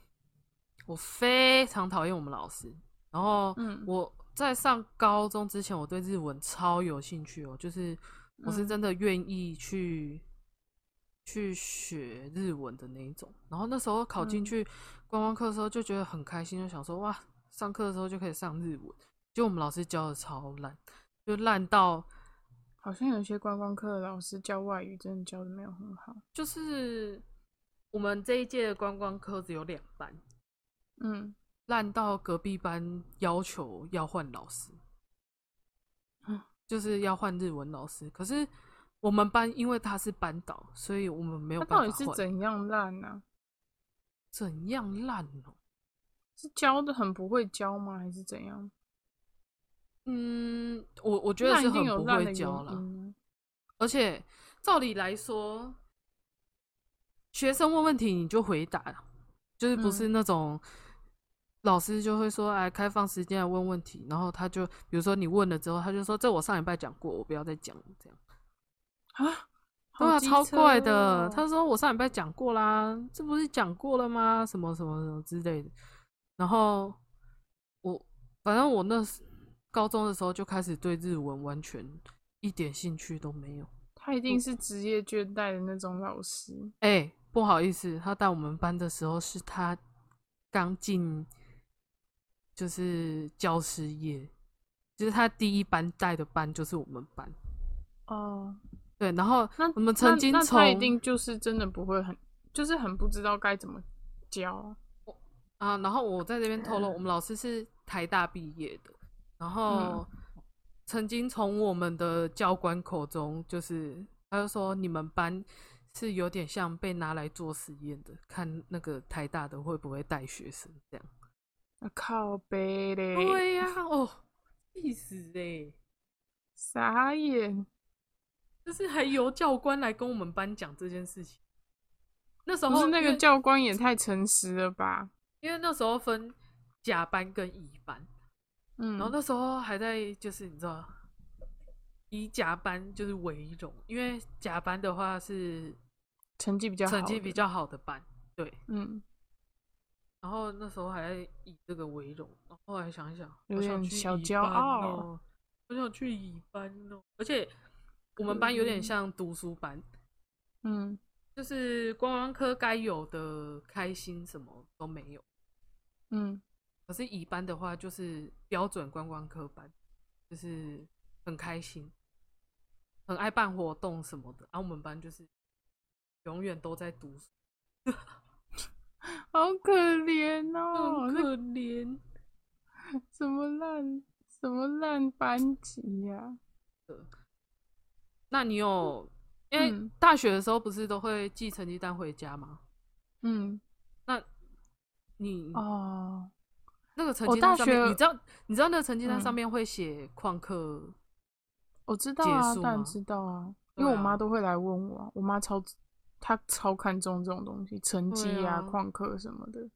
S2: 我非常讨厌我们老师。然后
S1: 嗯
S2: 我在上高中之前，我对日文超有兴趣哦，就是我是
S1: 嗯
S2: 真的愿意去、去学日文的那一种。然后那时候考进
S1: 嗯
S2: 去观光课的时候，就觉得很开心，就想说哇，上课的时候就可以上日文。就我们老师教的超烂，就烂到
S1: 好像有些观光课的老师教外语真的教的没有很好，
S2: 就是我们这一届的观光科只有两班，
S1: 嗯，
S2: 烂到隔壁班要求要换老师
S1: 啊，
S2: 就是要换日文老师。可是我们班因为他是班导，所以我们没有
S1: 他
S2: 办法
S1: 到
S2: 换。
S1: 底是怎样烂啊呢、
S2: 怎样烂哦？
S1: 是教的很不会教吗？还是怎样？
S2: 嗯，我我觉得
S1: 烂
S2: 是
S1: 一定
S2: 很
S1: 有
S2: 不
S1: 烂的
S2: 会
S1: 原
S2: 教啦。
S1: 因啊。
S2: 而且照理来说，学生问问题你就回答，就是不
S1: 嗯
S2: 是那种、老师就会说，哎，开放时间来问问题，然后他就比如说你问了之后，他就说这我上礼拜讲过，我不要再讲了这样。
S1: 啊，
S2: 对啊，
S1: 好机
S2: 超
S1: 车
S2: 怪的。
S1: 哦
S2: 他说我上礼拜讲过啦，这不是讲过了吗？什么什么什么之类的。然后我反正我那时高中的时候就开始对日文完全一点兴趣都没有。
S1: 他一定是职业倦怠的那种老师。
S2: 哎、不好意思，他带我们班的时候是他刚进，就是教师业，就是他第一班带的班就是我们班。
S1: 哦，
S2: 对，然后
S1: 那
S2: 我们曾经
S1: 那那他一
S2: 从
S1: 定就是真的不会很，就是很不知道该怎么教。
S2: 啊，然后我在这边透露，我
S1: 嗯
S2: 们老师是台大毕业的，然后曾经从我们的教官口中，就是他就说你们班是有点像被拿来做实验的，看那个台大的会不会带学生这样。
S1: 啊、靠背嘞，
S2: 对呀、哦，气死哎、
S1: 傻眼。
S2: 就是还由教官来跟我们班讲这件事情。那时
S1: 不
S2: 候
S1: 是那
S2: 因
S1: 个
S2: 为
S1: 教官也太诚实了吧？
S2: 因为那时候分甲班跟乙班，
S1: 嗯，
S2: 然后那时候还在就是你知道，以甲班就是为荣，因为甲班的话是
S1: 成绩比较好，
S2: 成绩比，较好的班，对。
S1: 嗯，
S2: 然后那时候还在以这个为荣，然后后来想一想，
S1: 有
S2: 我想
S1: 点
S2: 去
S1: 小
S2: 乙
S1: 骄
S2: 班
S1: 傲
S2: 哦，我想去乙班哦，而且我们班有点像读书班，
S1: 嗯，
S2: 就是观光科该有的开心什么都没有，
S1: 嗯，
S2: 可是乙班的话就是标准观光科班，就是很开心，很爱办活动什么的。然后我们班就是永远都在读书，
S1: 好可怜哦，
S2: 很
S1: 那
S2: 嗯可怜
S1: 什么烂什么烂班级呀、
S2: 的。那你有因为
S1: 嗯
S2: 大学的时候不是都会寄成绩单回家吗？
S1: 嗯，
S2: 那你、
S1: 哦，
S2: 那个成
S1: 我
S2: 绩单
S1: 大
S2: 上面，
S1: 学
S2: 你知道你知道那个成绩单
S1: 嗯
S2: 上面会写旷课
S1: 我知道
S2: 结
S1: 啊，
S2: 束
S1: 当然
S2: 吗
S1: 知道啊，
S2: 对
S1: 因为我
S2: 啊
S1: 妈都会来问我、啊，我妈超她超看重这种东西，成绩
S2: 对
S1: 啊、
S2: 啊
S1: 旷课什么的。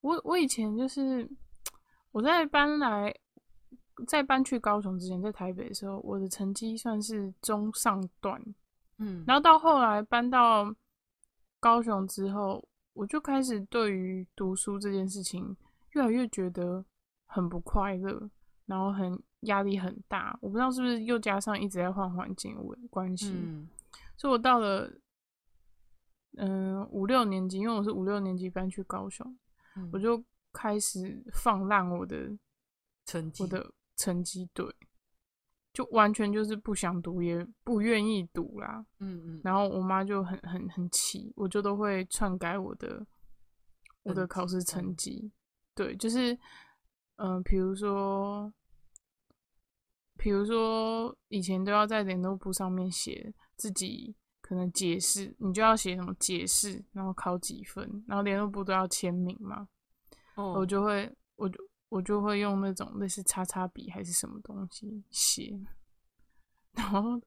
S1: 我我以前就是我在搬来在搬去高雄之前，在台北的时候，我的成绩算是中上段，
S2: 嗯，
S1: 然后到后来搬到高雄之后，我就开始对于读书这件事情越来越觉得很不快乐，然后很压力很大。我不知道是不是又加上一直在换环境有关系，
S2: 嗯
S1: 所以我到了嗯、五六年级，因为我是五六年级搬去高雄，
S2: 嗯
S1: 我就开始放烂我的
S2: 成绩
S1: 我的成绩对，就完全就是不想读，也不愿意读啦。
S2: 嗯嗯，
S1: 然后我妈就很很很气，我就都会篡改我的我的
S2: 成
S1: 考试
S2: 绩嗯
S1: 成绩。对，就是嗯、呃比如说，比如说以前都要在联络簿上面写自己可能解释，你就要写什么解释，然后考几分，然后联络簿都要签名嘛。我
S2: 哦，
S1: 就会，我就我就会用那种类似叉叉笔还是什么东西写，然后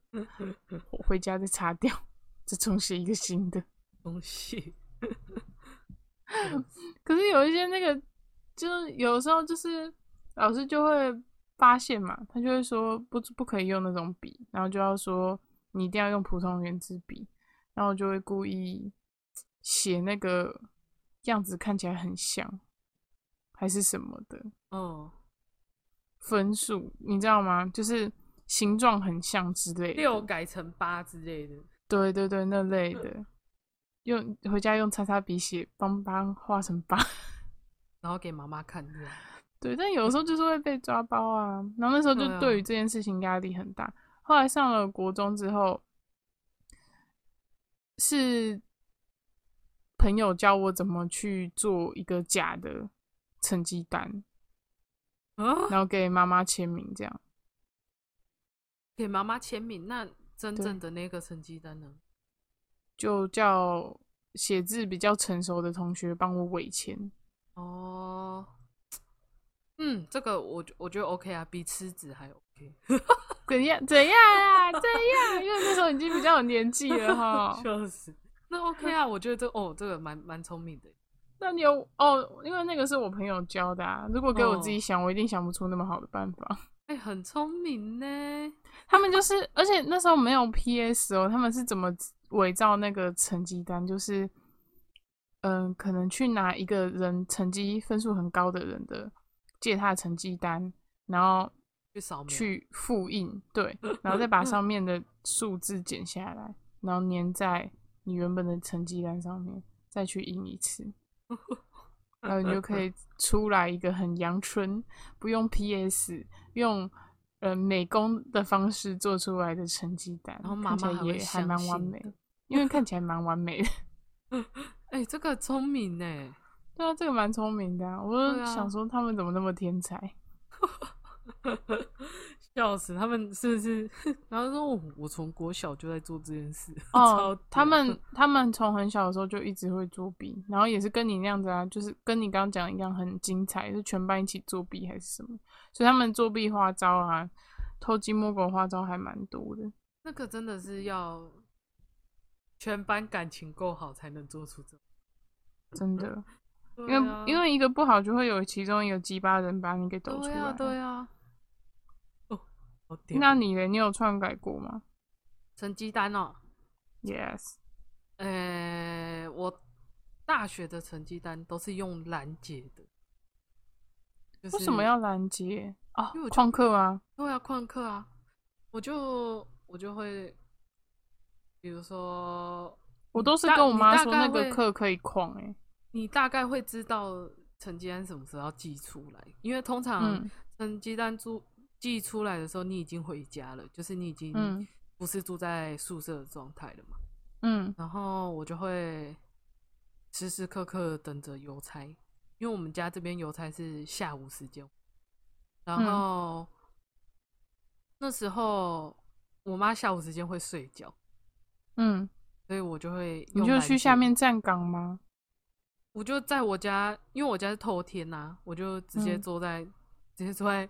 S1: 我回家再擦掉，再重写一个新的。
S2: 东 西，
S1: 可是有一些那个，就是有时候就是老师就会发现嘛，他就会说不不可以用那种笔，然后就要说你一定要用普通圆珠笔，然后我就会故意写那个样子看起来很像，还是什么的。
S2: 哦，
S1: 分数，你知道吗？就是形状很像之类的。
S2: 六改成八之类的，
S1: 对对对，那类的，用回家用叉叉笔写，帮帮画成八。
S2: 然后给妈妈看这样。
S1: 对，但有时候就是会被抓包啊。然后那时候就
S2: 对啊
S1: 对于这件事情压力很大。后来上了国中之后，是朋友教我怎么去做一个假的成绩单，
S2: 啊，
S1: 然后给妈妈签名这样。
S2: 给妈妈签名，那真
S1: 对
S2: 正的那个成绩单呢？
S1: 就叫写字比较成熟的同学帮我尾签。
S2: 哦，嗯，这个我觉我觉得 OK 啊，比吃纸还 OK。
S1: 怎样？怎样啊？怎样？因为那时候已经比较有年纪了 哈。
S2: 笑死，那 OK 啊，我觉得这哦，这个蛮蛮聪明的。
S1: 那你有哦？因为那个是我朋友教的啊。如果给我
S2: 哦
S1: 自己想，我一定想不出那么好的办法。
S2: 哎、很聪明呢。
S1: 他们就是，而且那时候没有 PS 哦，他们是怎么伪造那个成绩单？就是，嗯、可能去拿一个人成绩分数很高的人的借他的成绩单，然后
S2: 去扫描
S1: 去复印，对，
S2: 嗯
S1: 然后再把上面的数字剪下来，然后粘在你原本的成绩单上面，再去印一次，
S2: 嗯
S1: 然后你就可以出来一个很阳春，不用 PS，用呃美工的方式做出来的成绩单，
S2: 然后妈
S1: 看起来
S2: 妈还会
S1: 也还蛮完
S2: 相信
S1: 美
S2: 的，
S1: 因为看起来蛮完美的。
S2: 哎、这个聪明呢。
S1: 对啊，这个蛮聪明的、啊，我
S2: 对
S1: 就
S2: 啊
S1: 想说他们怎么那么天才？
S2: 笑死，他们是不是？ 然后说，哦我从国小就在做这件事。超嗯
S1: 哦
S2: 屌，
S1: 他们他们从很小的时候就一直会作弊，然后也是跟你那样子啊，就是跟你刚刚讲一样很精彩，是全班一起作弊还是什么？所以他们作弊花招啊，偷鸡摸狗花招还蛮多的。
S2: 那个真的是要全班感情够好才能做出这
S1: 真的，
S2: 种。
S1: 因为、
S2: 对啊
S1: 因为一个不好，就会有其中一个鸡巴人把你给抖出
S2: 对
S1: 来。啊
S2: 呀、对啊呀、哦，好屌
S1: 那你呢？你有篡改过吗
S2: 成绩单哦，
S1: ？Yes，
S2: 呃，我大学的成绩单都是用拦截的。 就是
S1: 为什么要拦截啊
S2: 因为我？就
S1: 旷课啊？
S2: 对啊，旷课啊，我就我就会，比如说，
S1: 我都是
S2: 大
S1: 跟我
S2: 你
S1: 妈
S2: 大
S1: 说
S2: 概
S1: 那个
S2: 会
S1: 课可以旷哎、
S2: 你大概会知道成绩单什么时候要寄出来，因为通常
S1: 嗯
S2: 成绩单出寄出来的时候，你已经回家了，就是你已经
S1: 嗯
S2: 不是住在宿舍的状态了嘛。
S1: 嗯
S2: 然后我就会时时刻刻等着邮差，因为我们家这边邮差是下午时间。然
S1: 嗯
S2: 后、那时候我妈下午时间会睡觉，
S1: 嗯，
S2: 所以我就会
S1: 你
S2: 用
S1: 就
S2: 篮
S1: 去
S2: 球
S1: 下面站岗吗？
S2: 我就在我家，因为我家是透天呐、我就直接
S1: 嗯
S2: 坐在、直接坐在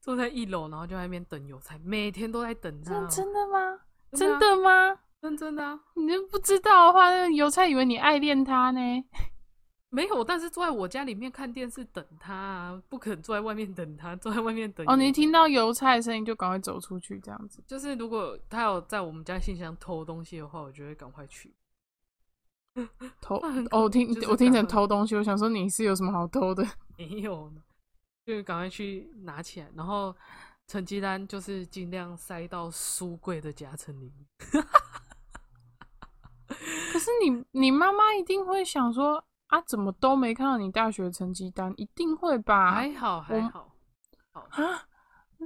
S2: 坐在一楼，然后就在那边等邮差，每天都在等他、
S1: 真真的吗？
S2: 真
S1: 真
S2: 的啊
S1: 的吗？
S2: 认真的啊，
S1: 你都不知道的话，那个邮差以为你爱恋他呢。
S2: 没有，但是坐在我家里面看电视等他啊，不肯坐在外面等他，坐在外面等
S1: 哦，
S2: 邮
S1: 你
S2: 差
S1: 听到邮差的声音就赶快走出去，这样子。
S2: 就是如果他有在我们家信箱偷东西的话，我就会赶快去。
S1: 偷
S2: 那很
S1: 哦，我听
S2: 就是
S1: 我听
S2: 赶
S1: 成
S2: 快
S1: 偷东西，我想说你是有什么好偷 的？
S2: 没有呢，就是赶快去拿起来，然后成绩单就是尽量塞到书柜的夹层里面。
S1: 可是你你妈妈一定会想说啊，怎么都
S2: 哎
S1: 没看到你大学成绩单？一定会吧？
S2: 还好还
S1: 我
S2: 好，
S1: 啊，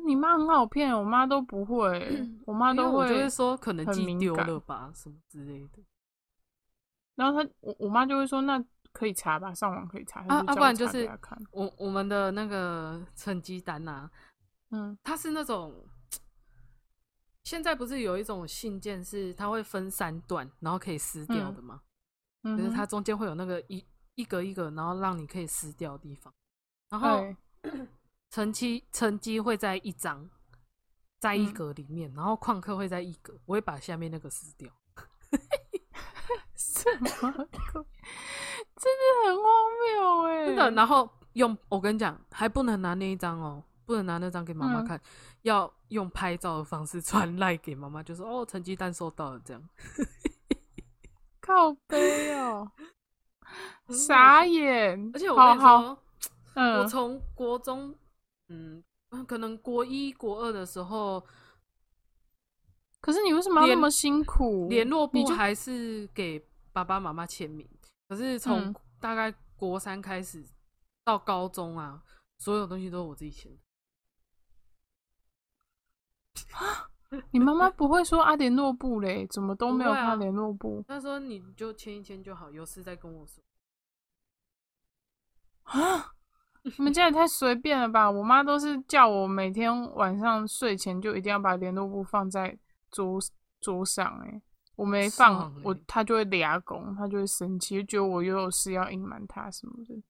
S1: 你妈很好骗，我妈都不会，我妈
S2: 嗯因为
S1: 都
S2: 我就会
S1: 会。
S2: 说可能
S1: 很
S2: 寄
S1: 敏
S2: 丢
S1: 感
S2: 了吧，什么之类的。
S1: 然后她，我我妈就会说，那可以查吧，上网可以查。她
S2: 啊
S1: 叫
S2: 啊
S1: 我
S2: 不然就
S1: 查给
S2: 是
S1: 她看，
S2: 我我们的那个成绩单啊呐、
S1: 嗯
S2: 它是那种，现在不是有一种信件是它会分三段，然后可以撕掉的吗？
S1: 嗯
S2: 就是
S1: 哼，
S2: 它中间会有那个一一格一格，然后让你可以撕掉的地方。然后
S1: 对，
S2: 成绩成绩会在一张，在一
S1: 嗯
S2: 格里面，然后旷课会在一格，我会把下面那个撕掉。
S1: 什么鬼？ 真的很荒谬哎、
S2: 真的，然后用我跟你讲，还不能拿那一张哦，不能拿那张给妈妈
S1: 嗯
S2: 看，要用拍照的方式传 赖给妈妈，就说哦，成绩单收到了这样。
S1: 靠背哦、
S2: 嗯
S1: 傻眼。
S2: 而且我跟
S1: 好
S2: 你
S1: 好，
S2: 说，我
S1: 嗯
S2: 从国中，嗯，可能国一、国二的时候，
S1: 可是你为什么要那
S2: 联
S1: 么辛苦？
S2: 联络
S1: 你
S2: 部
S1: 就
S2: 还是给爸爸妈妈签名，可是从
S1: 嗯
S2: 大概国三开始到高中啊，所有东西都是我自己签的。
S1: 你妈妈不会说阿啊联络部嘞？怎么都没有
S2: 不会啊
S1: 看联络 部
S2: 他说你就签一签就好，有事再跟我说。
S1: 啊？你们家也太随便了吧！我妈都是叫我每天晚上睡前就一定要把联络部放在桌桌上、欸，我没放
S2: 爽欸，
S1: 我她就会俩拱，她就会生气，就觉得我又有事要隐瞒她什么的。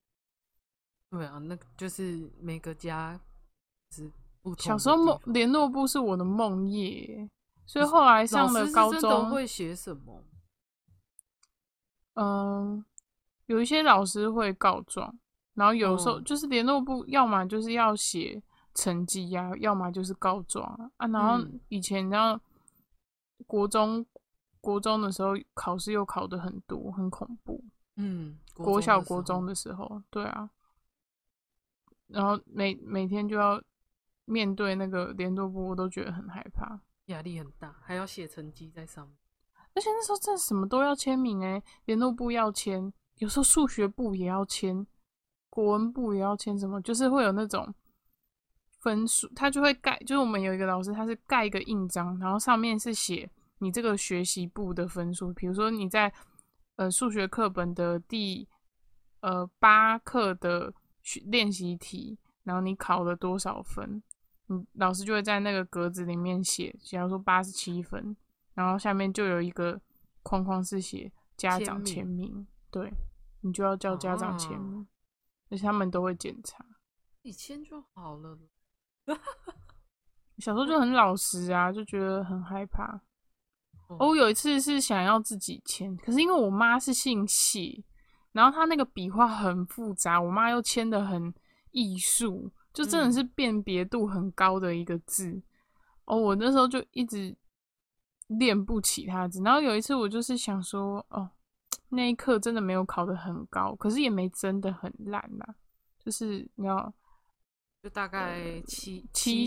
S2: 对啊，那个就是每个家是不同的地
S1: 小
S2: 方。
S1: 时候梦联络部是我的梦夜，所以后来上
S2: 老
S1: 了
S2: 师是
S1: 高
S2: 真的
S1: 中，
S2: 会写什么？
S1: 嗯，有一些老师会告状，然后有时候
S2: 哦
S1: 就是联络部，要么就是要写成绩呀、要么就是告状啊啊。然后
S2: 嗯
S1: 以前你知道，国中国中的时候考试又考的很多，很恐怖。
S2: 嗯，
S1: 国
S2: 中的
S1: 小
S2: 时候
S1: 国中的时候，对啊，然后每每天就要面对那个联络部，我都觉得很害怕。
S2: 压力很大，还要写成绩在上面。
S1: 而且那时候真的什么都要签名哎、联络部要签，有时候数学部也要签，国文部也要签，什么就是会有那种分数，他就会盖，就是我们有一个老师，他是盖一个印章，然后上面是写你这个学习部的分数，比如说你在呃数学课本的第呃八课的学练习题，然后你考了多少分，你老师就会在那个格子里面写，假如说八十七分，然后下面就有一个框框是写家
S2: 签
S1: 长
S2: 名
S1: 签名，对你就要叫家长签名，而且他们都会检查。
S2: 以前就好了。
S1: 小时候就很老实啊，就觉得很害怕。
S2: 嗯
S1: 哦，我有一次是想要自己签，可是因为我妈是姓谢，然后她那个笔画很复杂，我妈又签的很艺术，就真的
S2: 嗯
S1: 是辨别度很高的一个字。哦，我那时候就一直练不起它的字，然后有一次我就是想说，哦，那一刻真的没有考得很高，可是也没真的很烂啦、就是你要
S2: 就大概七
S1: 呃七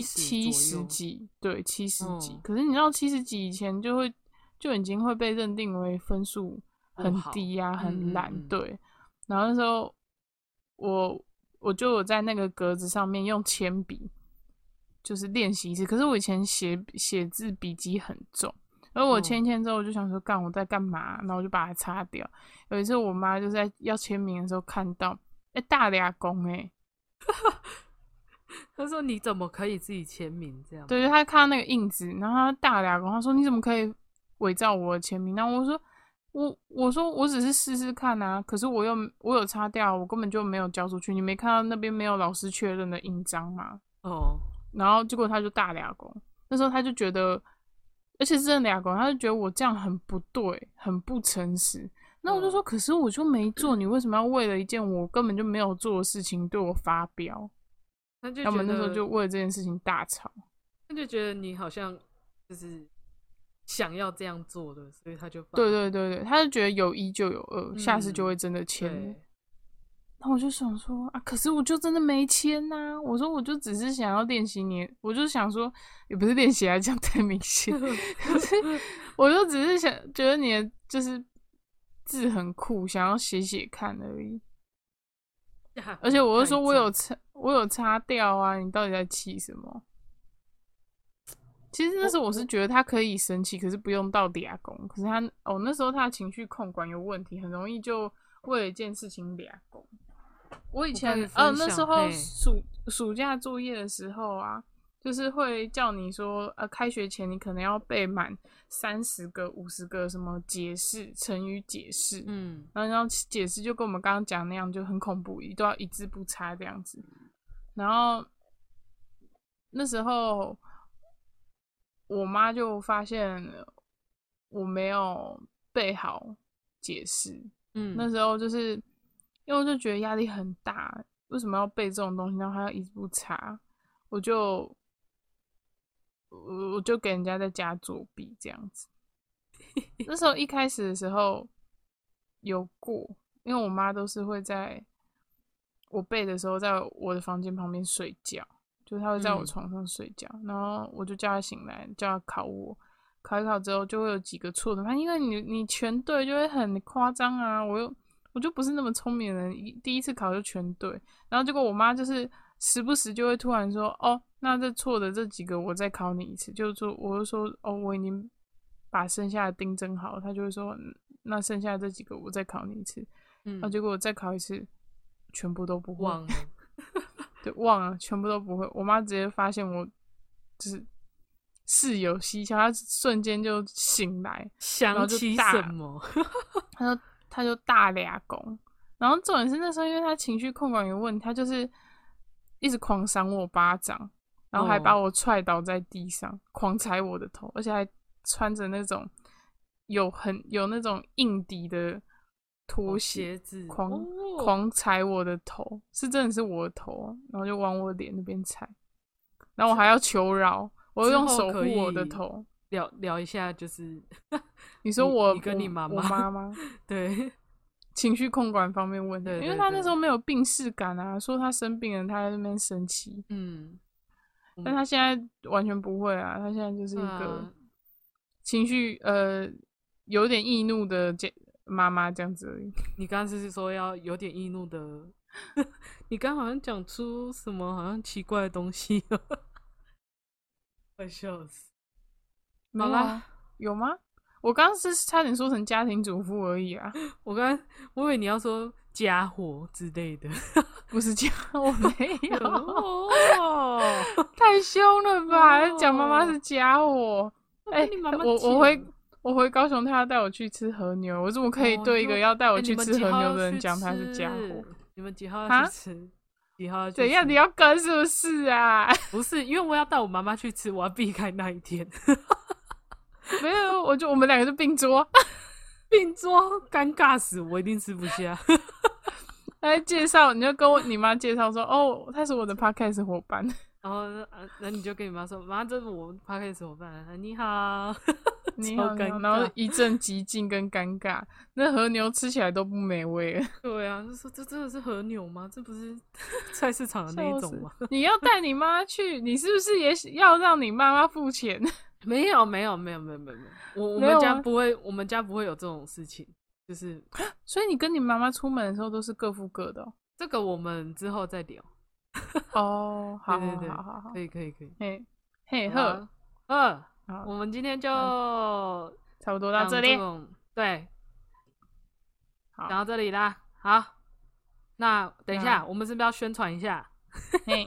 S1: 七
S2: 七十左
S1: 十
S2: 右，
S1: 几，对，七十几。
S2: 嗯
S1: 可是你知道，七十几以前就会就已经会被认定为分数
S2: 不
S1: 很
S2: 好
S1: 低呀、
S2: 嗯
S1: 很
S2: 嗯
S1: 烂，
S2: 嗯
S1: 对。然后那时候我我就有在那个格子上面用铅笔，就是练习一次。可是我以前写写字笔记很重，然后我
S2: 嗯
S1: 签一签之后，我就想说干我在干嘛，然后我就把它擦掉。有一次我妈就在要签名的时候看到，哎、大俩公哎、
S2: 他说你怎么可以自己签名这样？
S1: 对，就他看到那个印子，然后他大俩公，他说你怎么可以伪造我的签名？然后我说我我说我只是试试看啊，可是我又我有擦掉，我根本就没有交出去。你没看到那边没有老师确认的印章吗？
S2: 哦，
S1: 然后结果他就大俩公，那时候他就觉得，而且是真的俩公，他就觉得我这样很不对，很不诚实。那我就
S2: 嗯
S1: 说，可是我就没做，你为什么要为了一件我根本就没有做的事情对我发飙？
S2: 他就
S1: 他
S2: 觉
S1: 们那时候
S2: 得
S1: 就为了这件事情大吵。
S2: 他就觉得你好像就是想要这样做的，所以他就把
S1: 对对对对，他就觉得有一就有二，下次就
S2: 嗯
S1: 会真的签。
S2: 对
S1: 那我就想说啊，可是我就真的没签呐、我说我就只是想要练习你，我就想说也不是练习啊，这样太明 显。可是我就只是想觉得你的就是字很酷，想要写写看而已。而且我又说我有擦，我有擦掉啊，你到底在气什么？其实那时候我是觉得他可以生气，可是不用到嗲攻。可是他哦，那时候他的情绪控管有问题，很容易就为了一件事情嗲攻。我以前
S2: 我跟你
S1: 哦，
S2: 分享
S1: 那时候
S2: 嘿
S1: 暑暑假作业的时候啊，就是会叫你说，呃，开学前你可能要背满三十个、五十个什么解释成语解释，
S2: 嗯，
S1: 然后然后解释就跟我们刚刚讲那样，就很恐怖，都要一字不差这样子。然后那时候我妈就发现我没有备好解释，
S2: 嗯，
S1: 那时候就是因为我就觉得压力很大，为什么要背这种东西，然后还要一字不差，我就我我就给人家在家作弊这样子。 那时候一开始的时候有过，因为我妈都是会在我背的时候，在我的房间旁边睡觉，就是她会在我
S2: 嗯
S1: 床上睡觉，然后我就叫她醒来，叫她考我，考一考之后就会有几个错的，反正因为你你全对就会很夸张啊。我又我就不是那么聪明的人，一第一次考就全对，然后结果我妈就是时不时就会突然说：“哦，那这错的这几个我再考你一次。”就是说我就说：“哦，我已经把剩下的订正好了。”她就会说嗯：“那剩下的这几个我再考你一次。”
S2: 嗯
S1: 然后结果我再考一次，全部都不会，
S2: 忘了，
S1: 对，忘了，全部都不会。我妈直接发现我就是事有蹊跷，她瞬间就醒来。
S2: 想起什么？
S1: 他就他就大俩拱，然后重点是那时候，因为他情绪控管有问题，他就是一直狂赏我巴掌，然后还
S2: 哦
S1: 把我踹倒在地上，狂踩我的头，而且还穿着那种有很有那种硬底的拖
S2: 我
S1: 鞋，
S2: 鞋子
S1: 狂
S2: 哦
S1: 狂踩我的头，是真的是我的头，啊然后就往我脸那边踩，然后我还要求饶，我要
S2: 之
S1: 用
S2: 后
S1: 手
S2: 可
S1: 护我的
S2: 以
S1: 头。
S2: 聊聊一下，就是
S1: 你说
S2: 你
S1: 我
S2: 你跟
S1: 我
S2: 你妈
S1: 我
S2: 妈
S1: 妈妈
S2: 对，
S1: 情绪控管方面问题，
S2: 对
S1: 因为
S2: 对
S1: 他那
S2: 对
S1: 时候没有病逝感啊，说他生病了，他还在那边生气，
S2: 嗯，
S1: 但他现在完全不会啊，他现在就是一个
S2: 啊
S1: 情绪呃有点易怒的姐妈妈这样子而已。
S2: 你刚刚就是说要有点易怒的， 你刚好像讲出什么好像奇怪的东西了，快笑死！
S1: 没
S2: 好
S1: 有
S2: 啦
S1: 啊，有吗？我刚刚是差点说成家庭主妇而已啊，
S2: 我刚我以为你要说家伙之类的，
S1: 不是这样， 我没有，
S2: 哦，
S1: 太凶了吧？讲妈妈
S2: 哦
S1: 是家伙，哎、
S2: 跟你妈妈
S1: 我
S2: 讲
S1: 我回我回高雄，他要带我去吃和牛，我怎么可以
S2: 哦
S1: 对一
S2: 就
S1: 个要带我
S2: 哎
S1: 去
S2: 你们
S1: 吃
S2: 几
S1: 和
S2: 号
S1: 牛
S2: 要
S1: 的人
S2: 去
S1: 讲他是
S2: 吃
S1: 家伙？
S2: 你们几号要
S1: 啊
S2: 去吃？几号要去
S1: 怎样？
S2: 吃
S1: 你要跟是不是啊？
S2: 不是，因为我要带我妈妈去吃，我要避开那一天。
S1: 没有，我就我们两个就并桌
S2: 病桌尴尬死，我一定吃不下。
S1: 来介绍，你就跟我你妈介绍说，哦，他是我的 podcast 伙伴，
S2: 然后那啊那你就跟你妈说，妈，这是我 p o d 怎么办？啊你好，
S1: 你好，
S2: 超
S1: 你好
S2: 尴
S1: 然后
S2: 尬
S1: 一阵寂静跟尴尬，那和牛吃起来都不美味了。
S2: 对啊，就说这真的是和牛吗？这不是 菜市场的哦那一
S1: 笑
S2: 种
S1: 死
S2: 吗？
S1: 你要带你妈去，你是不是也要让你妈妈付钱？
S2: 没有，没有，没有，没有，没有，没有。我我
S1: 没有
S2: 们家
S1: 吗
S2: 不会，我们家不会有这种事情。就是
S1: 所以你跟你妈妈出门的时候都是各付各的哦。
S2: 这个，我们之后再聊。
S1: 哦，好
S2: 对
S1: 好
S2: 对对
S1: 好好好
S2: 可，以，可以，可以。
S1: 嘿，嘿呵
S2: 好，嗯，
S1: 好
S2: 我，们今天就
S1: 差不多到
S2: 讲
S1: 这里，
S2: 种，对，
S1: 好
S2: 讲到这里啦。好，那等一下，
S1: 那
S2: 我们是不是要宣传一下？
S1: 嘿，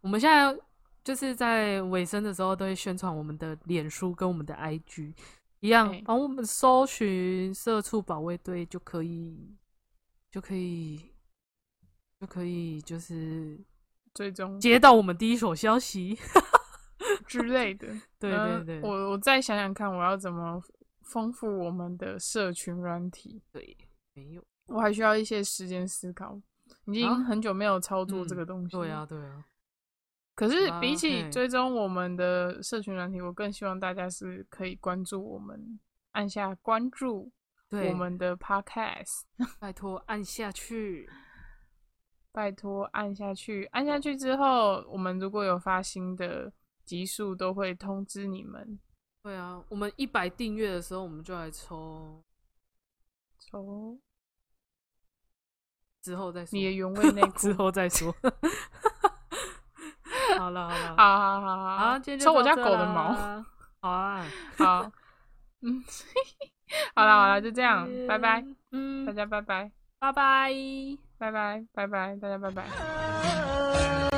S2: 我们现在就是在尾声的时候都会宣传我们的脸书跟我们的 IG 一样
S1: 对，
S2: 帮我们搜寻“社畜保卫队”就可以，就可以，就可以，就是
S1: 最终
S2: 接到我们第一手消息。
S1: 之类的。
S2: 对
S1: 嗯
S2: 对对
S1: 我我再想想看，我要怎么丰富我们的社群软体。
S2: 对，没有，
S1: 我还需要一些时间思考，已经
S2: 啊
S1: 很久没有操作这
S2: 嗯
S1: 个东西。
S2: 对啊，。对啊，
S1: 可是
S2: 啊
S1: 比起
S2: 嘿
S1: 追踪我们的社群软体，我更希望大家是可以关注我们，按下关注
S2: 对，
S1: 我们的 Podcast。
S2: 拜托按下去。
S1: 拜托按下去，按下去之后，我们如果有发新的集数，都会通知你们。
S2: 对啊，我们一百订阅的时候，我们就来抽，
S1: 从
S2: 之后再说。
S1: 你的原味内裤
S2: 之后再说。 好了好
S1: 好
S2: 了，
S1: 好好好
S2: 好，今天就
S1: 抽我
S2: 到
S1: 家
S2: 这
S1: 狗的
S2: 啦
S1: 毛，。
S2: 好啊，
S1: 好，嗯， 好了好了，就这样，拜拜，，
S2: 嗯
S1: 大，家拜拜，
S2: 拜拜。
S1: 拜拜拜拜，大家拜拜。